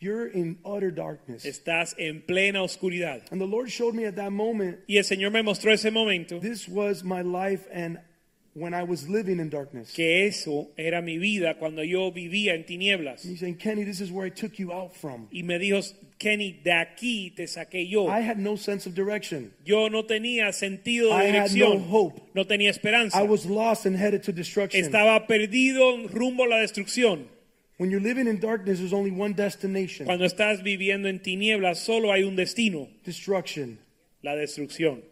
you're in utter darkness.
estás en plena oscuridad.
And the Lord showed me at that moment,
Y el Señor me mostró ese momento
this was my life and when I was living in darkness.
que eso era mi vida cuando yo vivía en tinieblas.
He's saying, Kenny, this is where I took you out from.
Y me dijo, Kenny, de aquí te saqué yo.
I had no sense of direction.
Yo no tenía sentido de
I had
dirección.
no hope.
No tenía esperanza.
I was lost and headed to destruction.
Estaba perdido rumbo a la destrucción.
When you're living in darkness, there's only one destination
Cuando estás viviendo en tinieblas, solo hay un destino,
destruction.
la destrucción.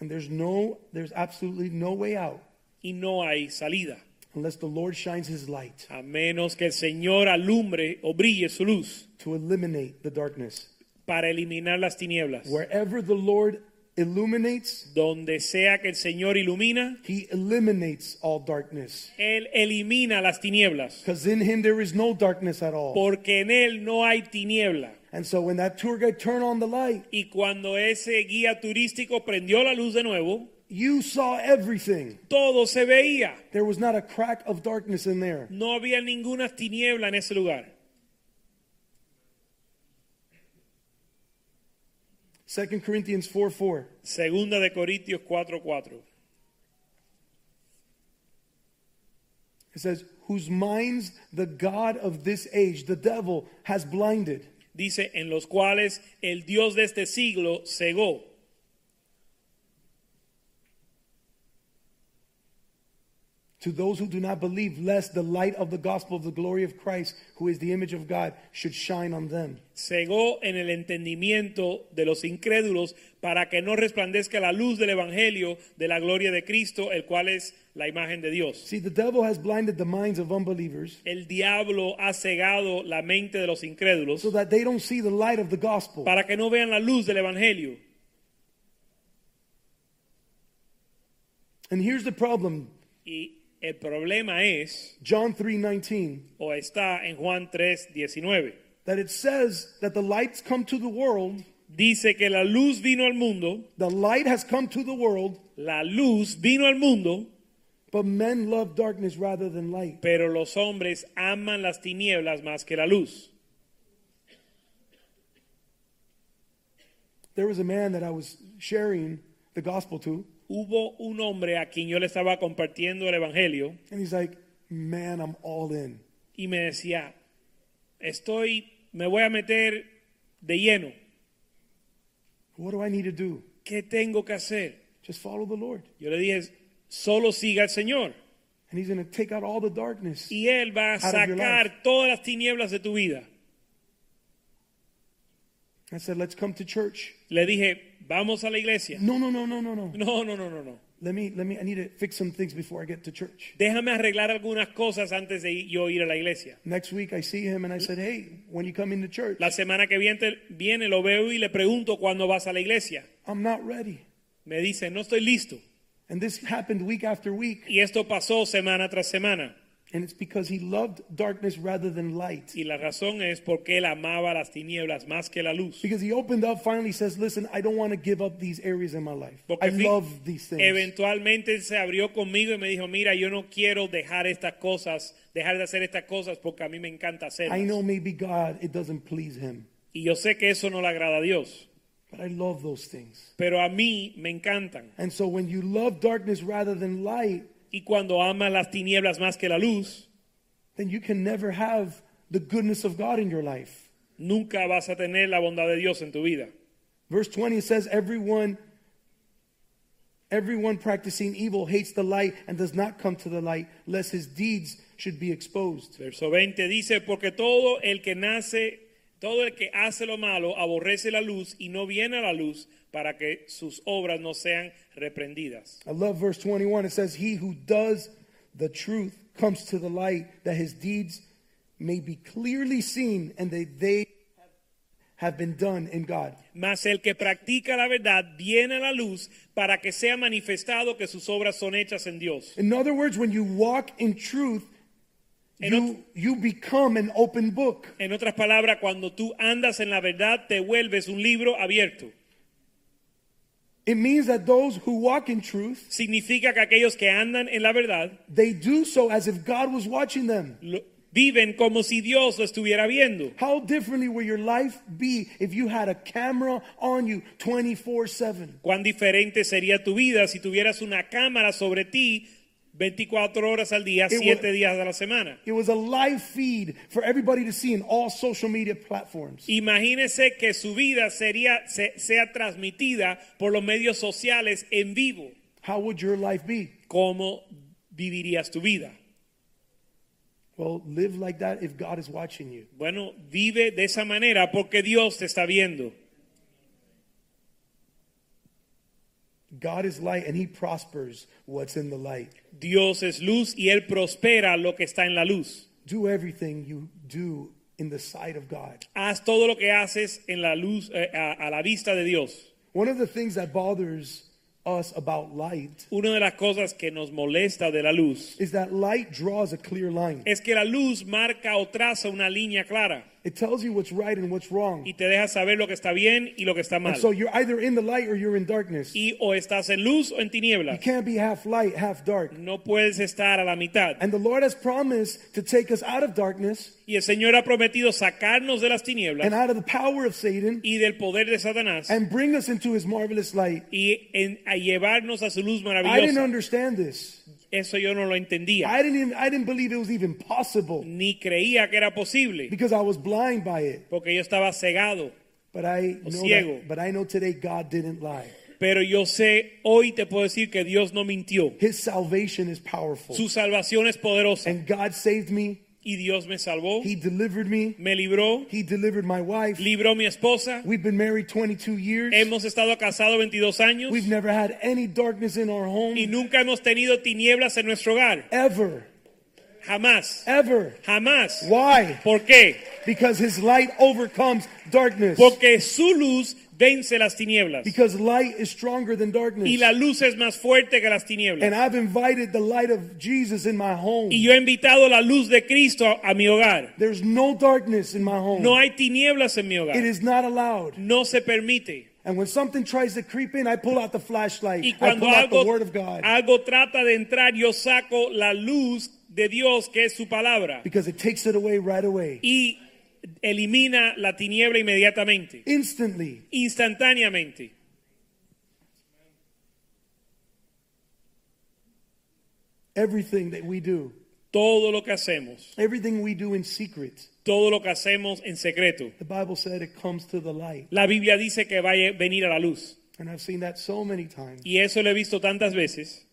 And there's no, there's absolutely no way out
Y no hay salida,
unless the Lord shines his light
a menos que el Señor alumbre o brille su luz
to eliminate the darkness.
para eliminar las tinieblas.
Wherever the Lord illuminates,
Donde sea que el Señor ilumina,
he eliminates all darkness.
Él elimina las tinieblas,
Because in him there is no darkness at all.
porque en Él no hay tiniebla.
And so when that tour guide turned on the light,
Y cuando ese guía turístico prendió la luz de nuevo,
you saw everything.
todo se veía.
There was not a crack of darkness in there.
No había ninguna tiniebla en ese lugar.
Second Corinthians 4 4.
Segunda de Corintios 4:4.
It says, Whose minds the God of this age, the devil, has blinded,
Dice, en los cuales el Dios de este siglo cegó
to those who do not believe, lest the light of the gospel of the glory of Christ, who is the image of God, should shine on them.
cegó en el entendimiento de los incrédulos para que no resplandezca la luz del Evangelio de la gloria de Cristo, el cual es la imagen de Dios.
See, the devil has blinded the minds of unbelievers
El diablo ha cegado la mente de los incrédulos
so that they don't see the light of the gospel.
para que no vean la luz del Evangelio.
And here's the problem
Y el problema es,
John three nineteen.
o está en Juan 3, 19,
that it says that the light's come to the world,
dice que la luz vino al mundo,
the light has come to the world,
la luz vino al mundo,
but men love darkness rather than light.
pero los hombres aman las tinieblas más que la luz.
There was a man that I was sharing the gospel to,
Hubo un hombre a quien yo le estaba compartiendo el Evangelio
and he's like, Man, I'm all in.
y me decía, estoy, me voy a meter de lleno.
What do I need to do?
¿Qué tengo que hacer?
Just follow the Lord.
Yo le dije, solo siga al Señor
And he's going to take out all the darkness.
y Él va a
Out of your life.
sacar todas las tinieblas de tu vida.
I said, Let's come to church.
Le dije, vamos a la iglesia.
No, no, no, no, no, no.
No, no, no, no, no.
Let me, let me, I need to fix some things before I get to church.
Déjame arreglar algunas cosas antes de yo ir a la iglesia.
Next week, I see him and I said, Hey, when you come into church,
La semana que viene, viene lo veo y le pregunto cuándo vas a la iglesia.
I'm not ready.
Me dice, no estoy listo.
And this happened week after week.
Y esto pasó semana tras semana.
And it's because he loved darkness rather than light.
Y la razón es porque él amaba las tinieblas más que la luz.
Because he opened up, finally says, Listen, I don't want to give up these areas in my life.
Porque
I
fi-
love these things.
Eventualmente él se abrió conmigo y me dijo, mira, yo no quiero dejar estas cosas, dejar de hacer estas cosas porque a mí me encanta
I know
hacerlas.
maybe God, it doesn't please him,
Y yo sé que eso no le agrada a Dios,
but I love those things.
pero a mí me encantan.
And so when you love darkness rather than light,
Y cuando amas las tinieblas más que la luz,
then you can never have the goodness of God in your life.
nunca vas a tener la bondad de Dios en tu vida.
Verse 20 says, Everyone Everyone practicing evil hates the light and does not come to the light, lest his deeds should be exposed.
Verso 20 dice, porque todo el que nace, todo el que hace lo malo, aborrece la luz y no viene a la luz para que sus obras no sean reprendidas.
I love verse 21. It says, He who does the truth comes to the light, that his deeds may be clearly seen and that they have been done in God.
Mas el que practica la verdad viene a la luz para que sea manifestado que sus obras son hechas en Dios.
In other words, when you walk in truth,
En
you, you become an open book.
En otras palabras, cuando tú andas en la verdad, te vuelves un libro abierto.
It means that those who walk in truth,
Significa que aquellos que andan en la verdad
they do so as if God was watching them.
lo- viven como si Dios lo estuviera viendo.
How differently would your life be if you had a camera on you 24 7?
Cuán diferente sería tu vida si tuvieras una cámara sobre ti 24 horas al día,
It
7
would-
días a la semana.
It was a live feed for everybody to see in all social media platforms.
Imagínese que su vida sería, se- sea transmitida por los medios sociales en vivo.
How would your life be?
¿Cómo vivirías tu vida?
Well, live like that if God is watching you.
Bueno, vive de esa manera porque Dios te está viendo.
God is light and he prospers what's in the light.
Dios es luz y Él prospera lo que está en la luz.
Do everything you do in the sight of God.
Haz todo lo que haces en la luz, eh, a, a la vista de Dios.
One of the things that bothers us about light
Una de las cosas que nos molesta de la luz
is that light draws a clear line.
es que la luz marca o traza una línea clara
It tells you what's right and what's wrong.
y te deja saber lo que está bien y lo que está
And
mal.
so you're either in the light or you're in darkness. You
Y o estás en luz o en tinieblas.
can't be half light, half dark.
No puedes estar a la mitad.
And the Lord has promised to take us out of darkness
Y el Señor ha prometido sacarnos de las
and
tinieblas
out of the power of Satan
y del poder de Satanás
and bring us into his marvelous light.
y en- a llevarnos a su luz
I didn't
maravillosa.
understand this.
Eso yo no lo entendía.
I didn't even, I didn't believe it was even possible.
ni creía que era posible
because I was blind by it.
porque yo estaba cegado.
But I know
ciego.
that, but I know today God didn't lie.
Pero yo sé, hoy te puedo decir que Dios no mintió.
His salvation is powerful.
Su salvación es poderosa
And God saved me.
y Dios me salvó,
He delivered me.
me libró,
He delivered my wife.
libró a mi esposa.
We've been married 22 years.
Hemos estado casados 22 años
We've never had any darkness in our home
y nunca hemos tenido tinieblas en nuestro hogar.
ever.
Jamás,
Ever.
jamás.
Why?
¿Por qué?
Because his light overcomes darkness.
Porque su luz vence las tinieblas
Because light is stronger than darkness.
y la luz es más fuerte que las
And
tinieblas.
I've invited the light of Jesus in my home.
Y yo he invitado la luz de Cristo a, a mi hogar.
There's no darkness in my home.
No hay tinieblas en mi hogar.
It is not allowed.
no se permite.
And when something tries to creep in, I pull out the flashlight.
Y
I
cuando
pull out the
algo,
word of God
algo trata de entrar, yo saco la luz de Dios, que es su palabra,
because it takes it away right away.
y elimina la tiniebla inmediatamente,
Instantly.
instantáneamente.
Everything that we do,
Todo lo que hacemos,
everything we do in secret,
todo lo que hacemos en secreto.
the Bible said it comes to the light.
La Biblia dice que vaya a venir a la luz.
And I've seen that so many times
Y eso lo he visto tantas veces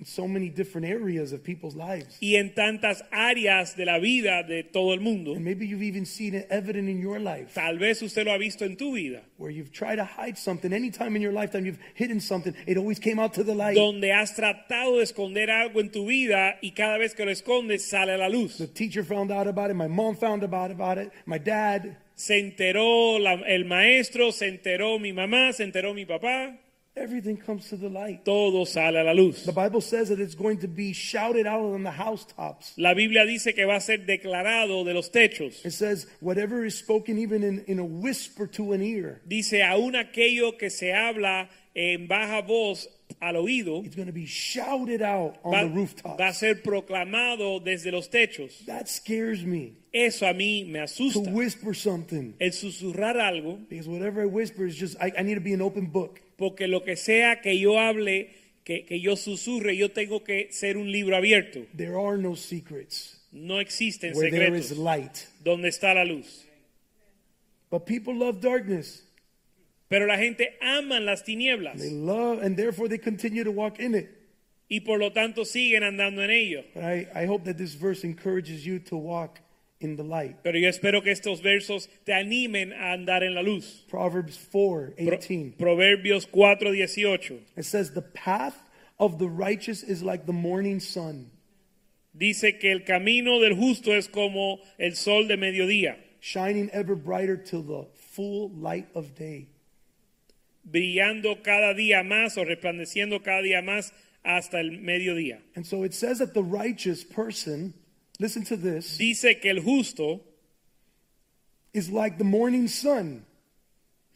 in so many different areas of people's lives.
y en tantas áreas de la vida de todo el mundo.
And maybe you've even seen it evident in your life
Tal vez usted lo ha visto en tu vida.
where you've tried to hide something. Anytime in your lifetime you've hidden something, it always came out to the light.
donde has tratado de esconder algo en tu vida y cada vez que lo escondes sale a la luz.
The teacher found out about it. My mom found out about it. My dad.
Se enteró la- el maestro, se enteró mi mamá, se enteró mi papá,
Everything comes to the light.
todo sale a la luz.
The Bible says that it's going to be shouted out on the housetops.
La Biblia dice que va a ser declarado de los techos.
It says, whatever is spoken, even in, in a whisper to an ear,
Dice, aún aquello que se habla en baja voz al oído
it's going to be shouted out on
va,
the rooftops.
va a ser proclamado desde los techos.
that scares me
Eso a mí me
to
asusta.
whisper something.
El susurrar algo,
Because whatever I whisper is just, I, I need to be an open book.
porque lo que sea que yo hable, que, que yo susurre, yo tengo que ser un libro abierto.
There are no secrets
No existen
where there is
secretos
light.
donde está la luz.
But people love darkness.
Pero la gente ama las tinieblas
They love, and therefore they continue to walk in it.
y por lo tanto siguen andando en ello.
But I, I hope that this verse encourages you to walk in the light.
Pero yo espero que estos versos te animen a andar en la luz.
Proverbs 4
Pro-
18.
Proverbios 4:18
It says, The path of the righteous is like the morning sun,
dice que el camino del justo es como el sol de mediodía,
shining ever brighter till the full light of day.
brillando cada día más o resplandeciendo cada día más hasta el mediodía.
And so it says that the righteous person, listen to this,
Dice que el justo
is like the morning sun.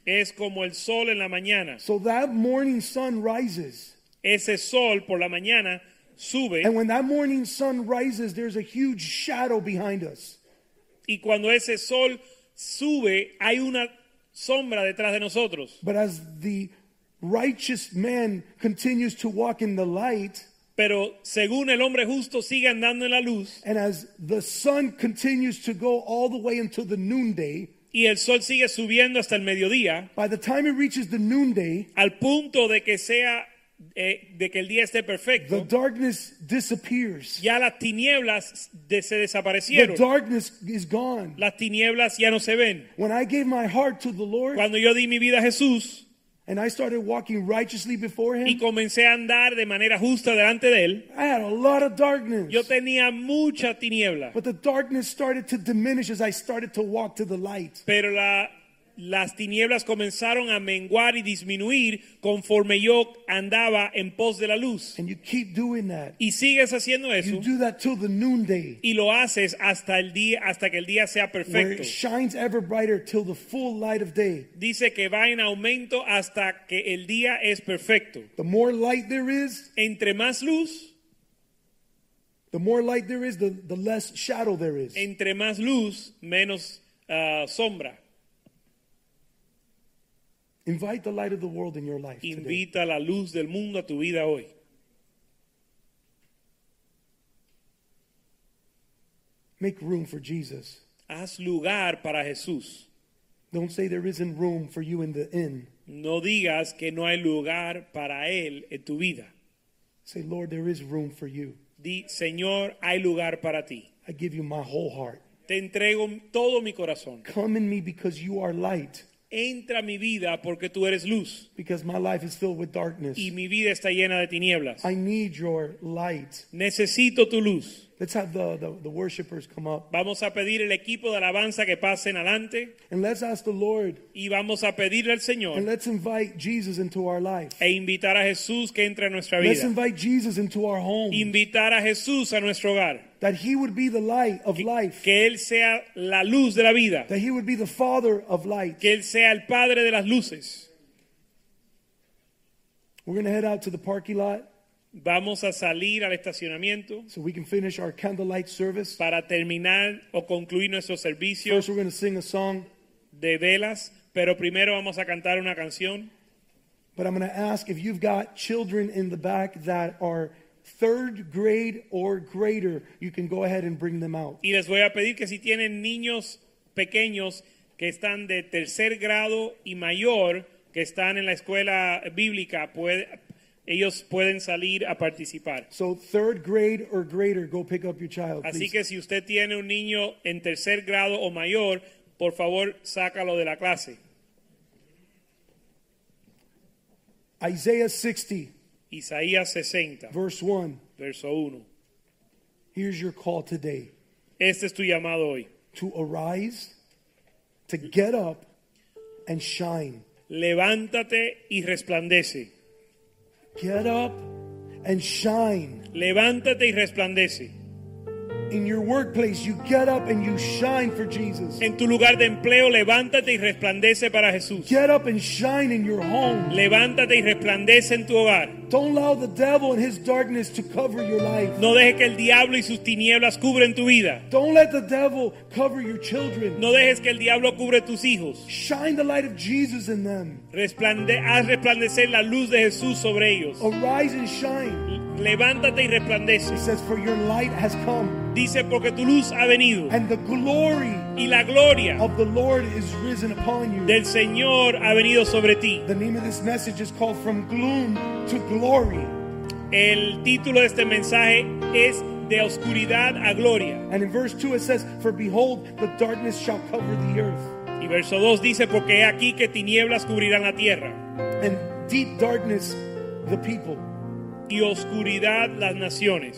es como el sol en la mañana.
So that morning sun rises.
Ese sol por la mañana sube
And when that morning sun rises, there's a huge shadow behind us.
y cuando ese sol sube hay una sombra detrás de nosotros.
But as the righteous man continues to walk in the light,
Pero según el hombre justo sigue andando en la luz
and as the sun continues to go all the way until the noonday,
y el sol sigue subiendo hasta el mediodía,
by the time it reaches the noonday,
al punto de que sea eh, de que el día esté
the
perfecto,
darkness disappears.
ya las tinieblas de- se
The
desaparecieron.
darkness is gone.
Las tinieblas ya no se ven.
When I gave my heart to the Lord
Cuando yo di mi vida a Jesús
and I started walking righteously before
y
Him,
comencé a andar de manera justa delante de él,
I had a lot of darkness.
yo tenía mucha tiniebla,
But the darkness started to diminish as I started to walk to the light.
pero la- las tinieblas comenzaron a menguar y disminuir conforme yo andaba en pos de la luz.
And you keep doing that.
Y sigues haciendo
You
eso
do that till the noonday,
y lo haces hasta el día hasta que el día sea
where
perfecto.
it shines ever brighter till the full light of day.
Dice que va en aumento hasta que el día es perfecto.
The more light there is,
Entre más luz,
the more light there is, the, the less shadow there is.
entre más luz, menos ah, sombra.
Invite the light of the world in your life today.
Invita la luz del mundo a tu vida hoy.
Make room for Jesus.
Haz lugar para Jesús.
Don't say there isn't room for you in the inn.
No digas que no hay lugar para Él en tu vida.
Say, Lord, there is room for you.
Di, Señor, hay lugar para ti.
I give you my whole heart.
Te entrego todo mi corazón.
Come in me because you are light,
Entra a mi vida porque tú eres luz
because my life is filled with darkness.
y mi vida está llena de tinieblas.
I need your light.
Necesito tu luz.
Let's have the, the, the worshipers come up.
Vamos a pedir el equipo de alabanza que pasen adelante
And let's ask the Lord
y vamos a pedirle
and
al Señor
let's invite Jesus into our life.
e invitar a Jesús que entre a nuestra
Let's
vida.
invite Jesus into our home.
Invitar a Jesús a nuestro hogar.
That he would be the light of life.
Que Él sea la luz de la vida.
That he would be the father of light.
Que Él sea el Padre de las luces.
We're going to head out to the parking lot
Vamos a salir al estacionamiento
so we can finish our candlelight service.
para terminar o concluir nuestro servicio
First, we're going to sing a song,
de velas, pero primero vamos a cantar una canción.
but I'm going to ask if you've got children in the back that are third grade or greater, you can go ahead and bring them out.
Y les voy a pedir que si tienen niños pequeños que están de tercer grado y mayor, que están en la escuela bíblica, puede- ellos pueden salir a participar.
So, third grade or greater, go pick up your child.
Así
Please.
que si usted tiene un niño en tercer grado o mayor, por favor, sácalo de la clase.
Isaiah 60,
Isaías 60,
verse 1.
verso 1.
Here's your call today
Este es tu llamado hoy.
to arise, to get up, and shine.
Levántate y resplandece.
Get up and shine.
Levántate y resplandece.
In your workplace, you get up and you shine for Jesus.
En tu lugar de empleo, levántate y resplandece para Jesús.
Get up and shine in your home.
Levántate y resplandece en tu hogar.
Don't allow the devil and his darkness to cover your life.
No dejes que el diablo y sus tinieblas cubren tu vida.
Don't let the devil cover your children.
No dejes que el diablo cubre tus hijos.
Shine the light of Jesus in them.
Resplande- haz resplandecer la luz de Jesús sobre ellos.
Arise and shine.
Levántate y resplandece,
It says, For your light has come,
Dice, porque tu luz ha venido
and the glory
y la gloria
of the Lord is risen upon you.
del Señor ha venido sobre ti.
The name of this message is called From Gloom to Glory.
El título de este mensaje es De oscuridad a gloria.
And in verse 2 it says, For behold, the darkness shall cover the earth,
Y verso 2 dice, porque he aquí que tinieblas cubrirán la tierra
and deep darkness the people.
y oscuridad las naciones.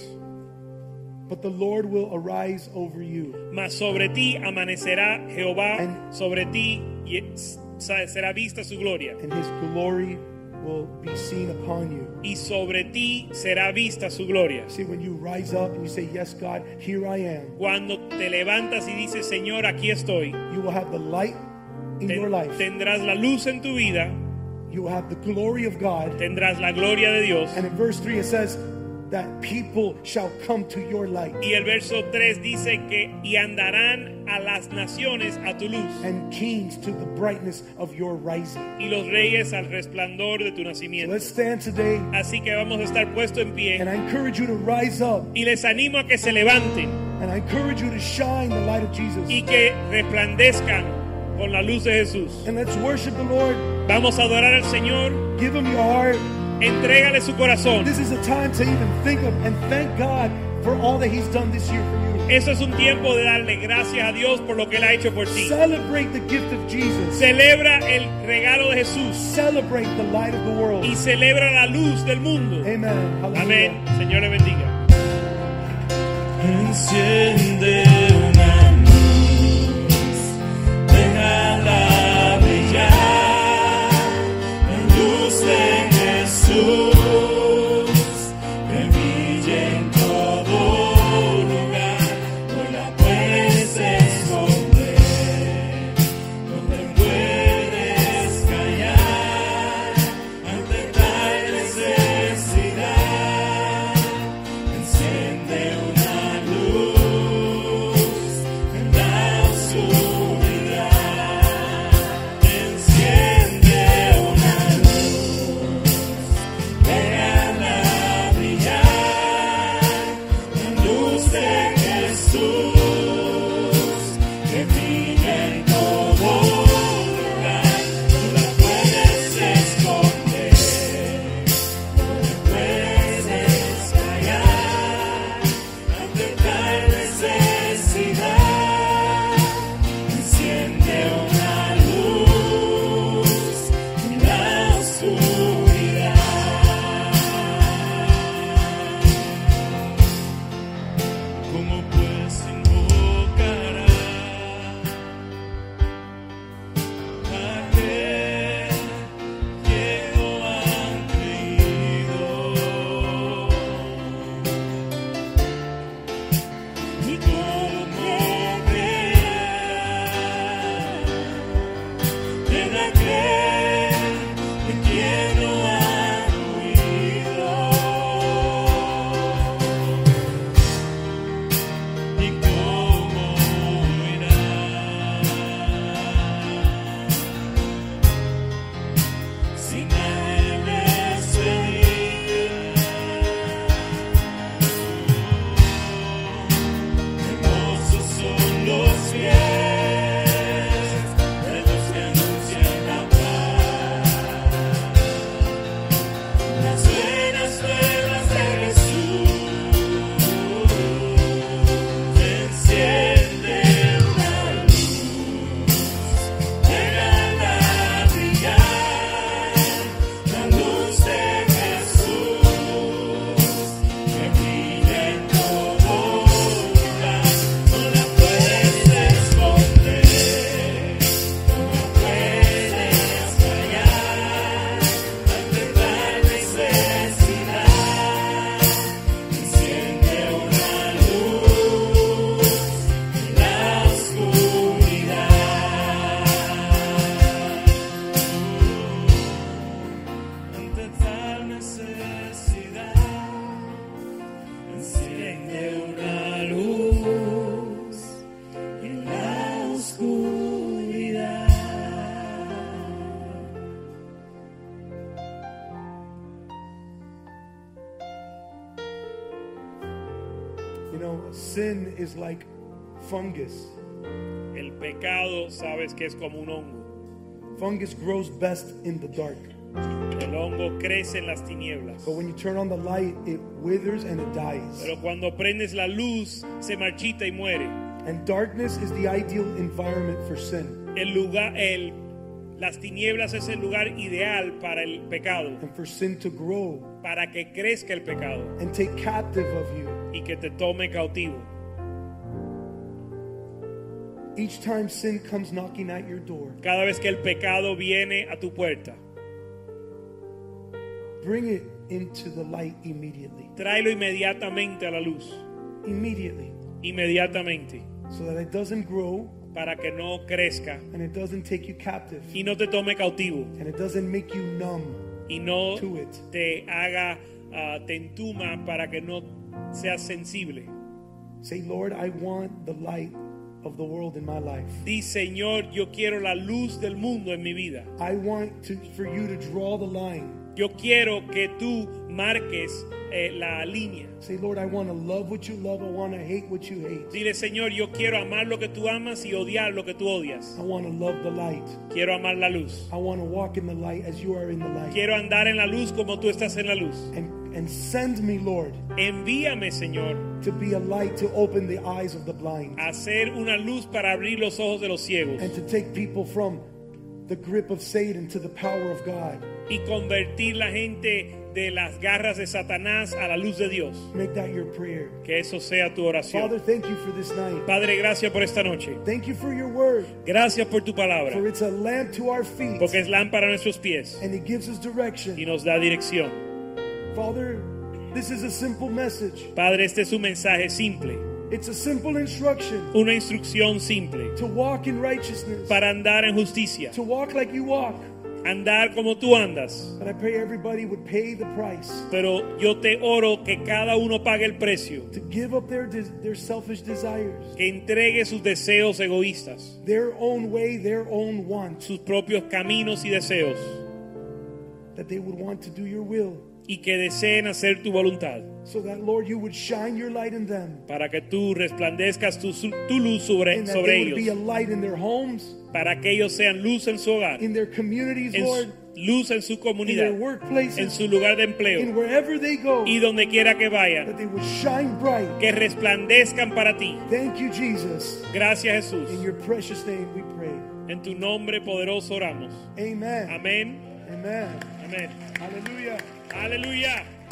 But the Lord will arise over you,
Mas sobre ti amanecerá Jehová,
And-
sobre ti y es- sa- será vista su gloria.
and his glory will be seen upon you.
Y sobre ti será vista su gloria.
See, when you rise up and you say, Yes, God, here I am,
Cuando te levantas y dices, Señor, aquí estoy,
you will have the light in
ten-
your life,
tendrás la luz en tu vida,
you will have the glory of God.
tendrás la gloria de Dios.
And in verse 3 it says, That people shall come to your light.
Y el verso 3 dice que y andarán a las naciones a tu luz
and kings to the brightness of your rising.
y los reyes al resplandor de tu nacimiento.
Let's stand today,
Así que vamos a estar puesto en
and
pie
I encourage you to rise up,
y les animo a que se levanten
and I encourage you to shine the light of Jesus.
y que resplandezcan con la luz de Jesús.
And let's worship the Lord.
Vamos a adorar al Señor,
Give Him your heart.
entrégale su corazón.
This is a time to even think of and thank God for all that He's done this year for
Eso es un tiempo de darle gracias a Dios por lo que Él ha hecho por
you.
ti.
Celebrate the gift of Jesus.
Celebra el regalo de Jesús
Celebrate the light of the world.
y celebra la luz del mundo.
Amen. Hallelujah.
Amén. Señor le bendiga.
Enciende una luz, déjala brillar, la luz de Jesús, que brille en todo lugar, no la puedes esconder, no te puedes callar, ante tal necesidad. Enciende una luz,
Sin is like fungus.
El pecado sabes que es como un hongo.
Fungus grows best in the dark.
El hongo crece en las tinieblas.
But when you turn on the light, it withers and it dies.
Pero cuando prendes la luz, se marchita y muere.
And darkness is the ideal environment for sin.
El lugar, el, las tinieblas es el lugar ideal para el pecado,
And for sin to grow
para que crezca el pecado
and take captive of you.
y que te tome cautivo.
Each time sin comes knocking at your door,
Cada vez que el pecado viene a tu puerta,
bring it into the light immediately.
tráelo inmediatamente a la luz,
Immediately.
inmediatamente,
So that it doesn't grow
para que no crezca
and it doesn't take you captive
y no te tome cautivo
and it doesn't make you numb.
y no
To it.
te haga, ah, te entuma para que no seas sensible.
Say, Lord, I want the light of the world in my life.
Di, Señor, yo quiero la luz del mundo en mi vida.
I want to, for you to draw the line.
Yo quiero que tú marques eh, la línea.
Say, Lord, I want to love what you love. I want to hate what you hate.
Dile, Señor, yo quiero amar lo que tú amas y odiar lo que tú odias.
I want to love the light.
Quiero amar la luz.
I want to walk in the light as you are in the light.
Quiero andar en la luz como tú estás en la luz.
And, and send me, Lord,
Envíame, Señor,
to be a light to open the eyes of the blind
a ser una luz para abrir los ojos de los ciegos
and to take people from the grip of Satan to the power of God.
y convertir la gente de las garras de Satanás a la luz de Dios.
Make that your prayer.
Que eso sea tu
Father,
oración.
thank you for this night.
Padre, gracias por esta noche.
Thank you for your word,
Gracias por tu palabra,
for it's a lamp to our feet
porque es lámpara a nuestros pies
and it gives us
y
direction.
nos da dirección.
Father, this is a simple message.
Padre, este es un mensaje simple,
It's a simple instruction
una instrucción simple
to walk in righteousness,
para andar en justicia,
to walk like you walk.
andar como tú andas.
But I pray everybody would pay the price
Pero yo te oro que cada uno pague el precio,
to give up their, des- their selfish desires,
que entregue sus deseos egoístas,
their own way, their own wants,
sus propios caminos y deseos,
that they would want to do your will.
y que deseen hacer tu voluntad,
So that, Lord, you would shine your light in them
para que tú resplandezcas tu, su- tu luz sobre,
and that
sobre
they would be a
ellos,
light in their homes,
para que ellos sean luz en su hogar,
in their communities,
en
Lord,
su- luz en su
in
comunidad,
their
en
workplaces,
su lugar de
in
empleo
wherever they go,
y donde quiera que vayan,
that they would shine bright.
que resplandezcan para ti.
Thank you, Jesus.
Gracias Jesús.
In your precious name we pray.
En tu nombre poderoso oramos.
Amen.
Amén.
Amen.
Amén.
Hallelujah.
Aleluya.